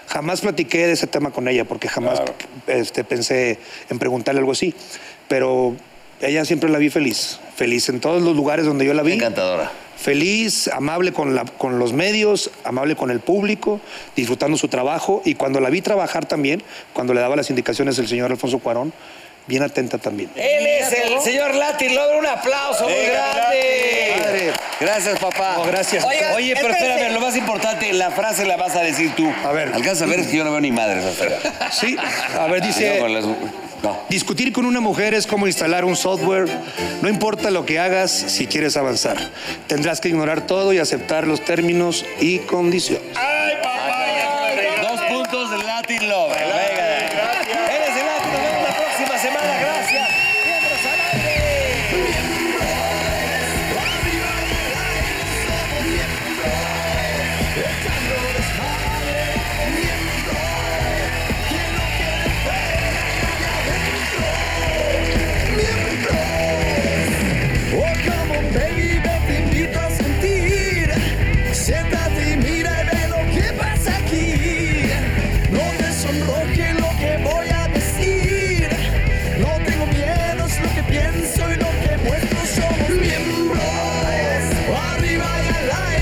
S8: Jamás platiqué de ese tema con ella porque jamás este, pensé en preguntarle algo así. Pero ella siempre la vi feliz, feliz en todos los lugares donde yo la vi
S1: Encantadora.
S8: feliz, amable con, la- con los medios, amable con el público, disfrutando su trabajo. Y cuando la vi trabajar también, cuando le daba las indicaciones el señor Alfonso Cuarón, bien atenta también.
S1: Él es el señor Lati. Logra un aplauso muy grande. Gracias, papá.
S8: No, gracias.
S3: Oigan,
S1: Oye, pero
S3: espérense.
S1: espérame, lo más importante, la frase la vas a decir tú.
S8: A ver.
S1: Alcanza a ver que yo no veo ni madres hasta allá.
S8: Sí, a ver,
S1: Yo
S8: dice,
S1: con las- No.
S8: discutir con una mujer es como instalar un software. No importa lo que hagas si quieres avanzar. Tendrás que ignorar todo y aceptar los términos y condiciones.
S4: Ay, papá, ya me
S1: Dos puntos de Latin Love. Venga. Eres el Latin. Nos vemos la próxima semana. Gracias. Miembros al aire.
S9: Miembros
S10: Live.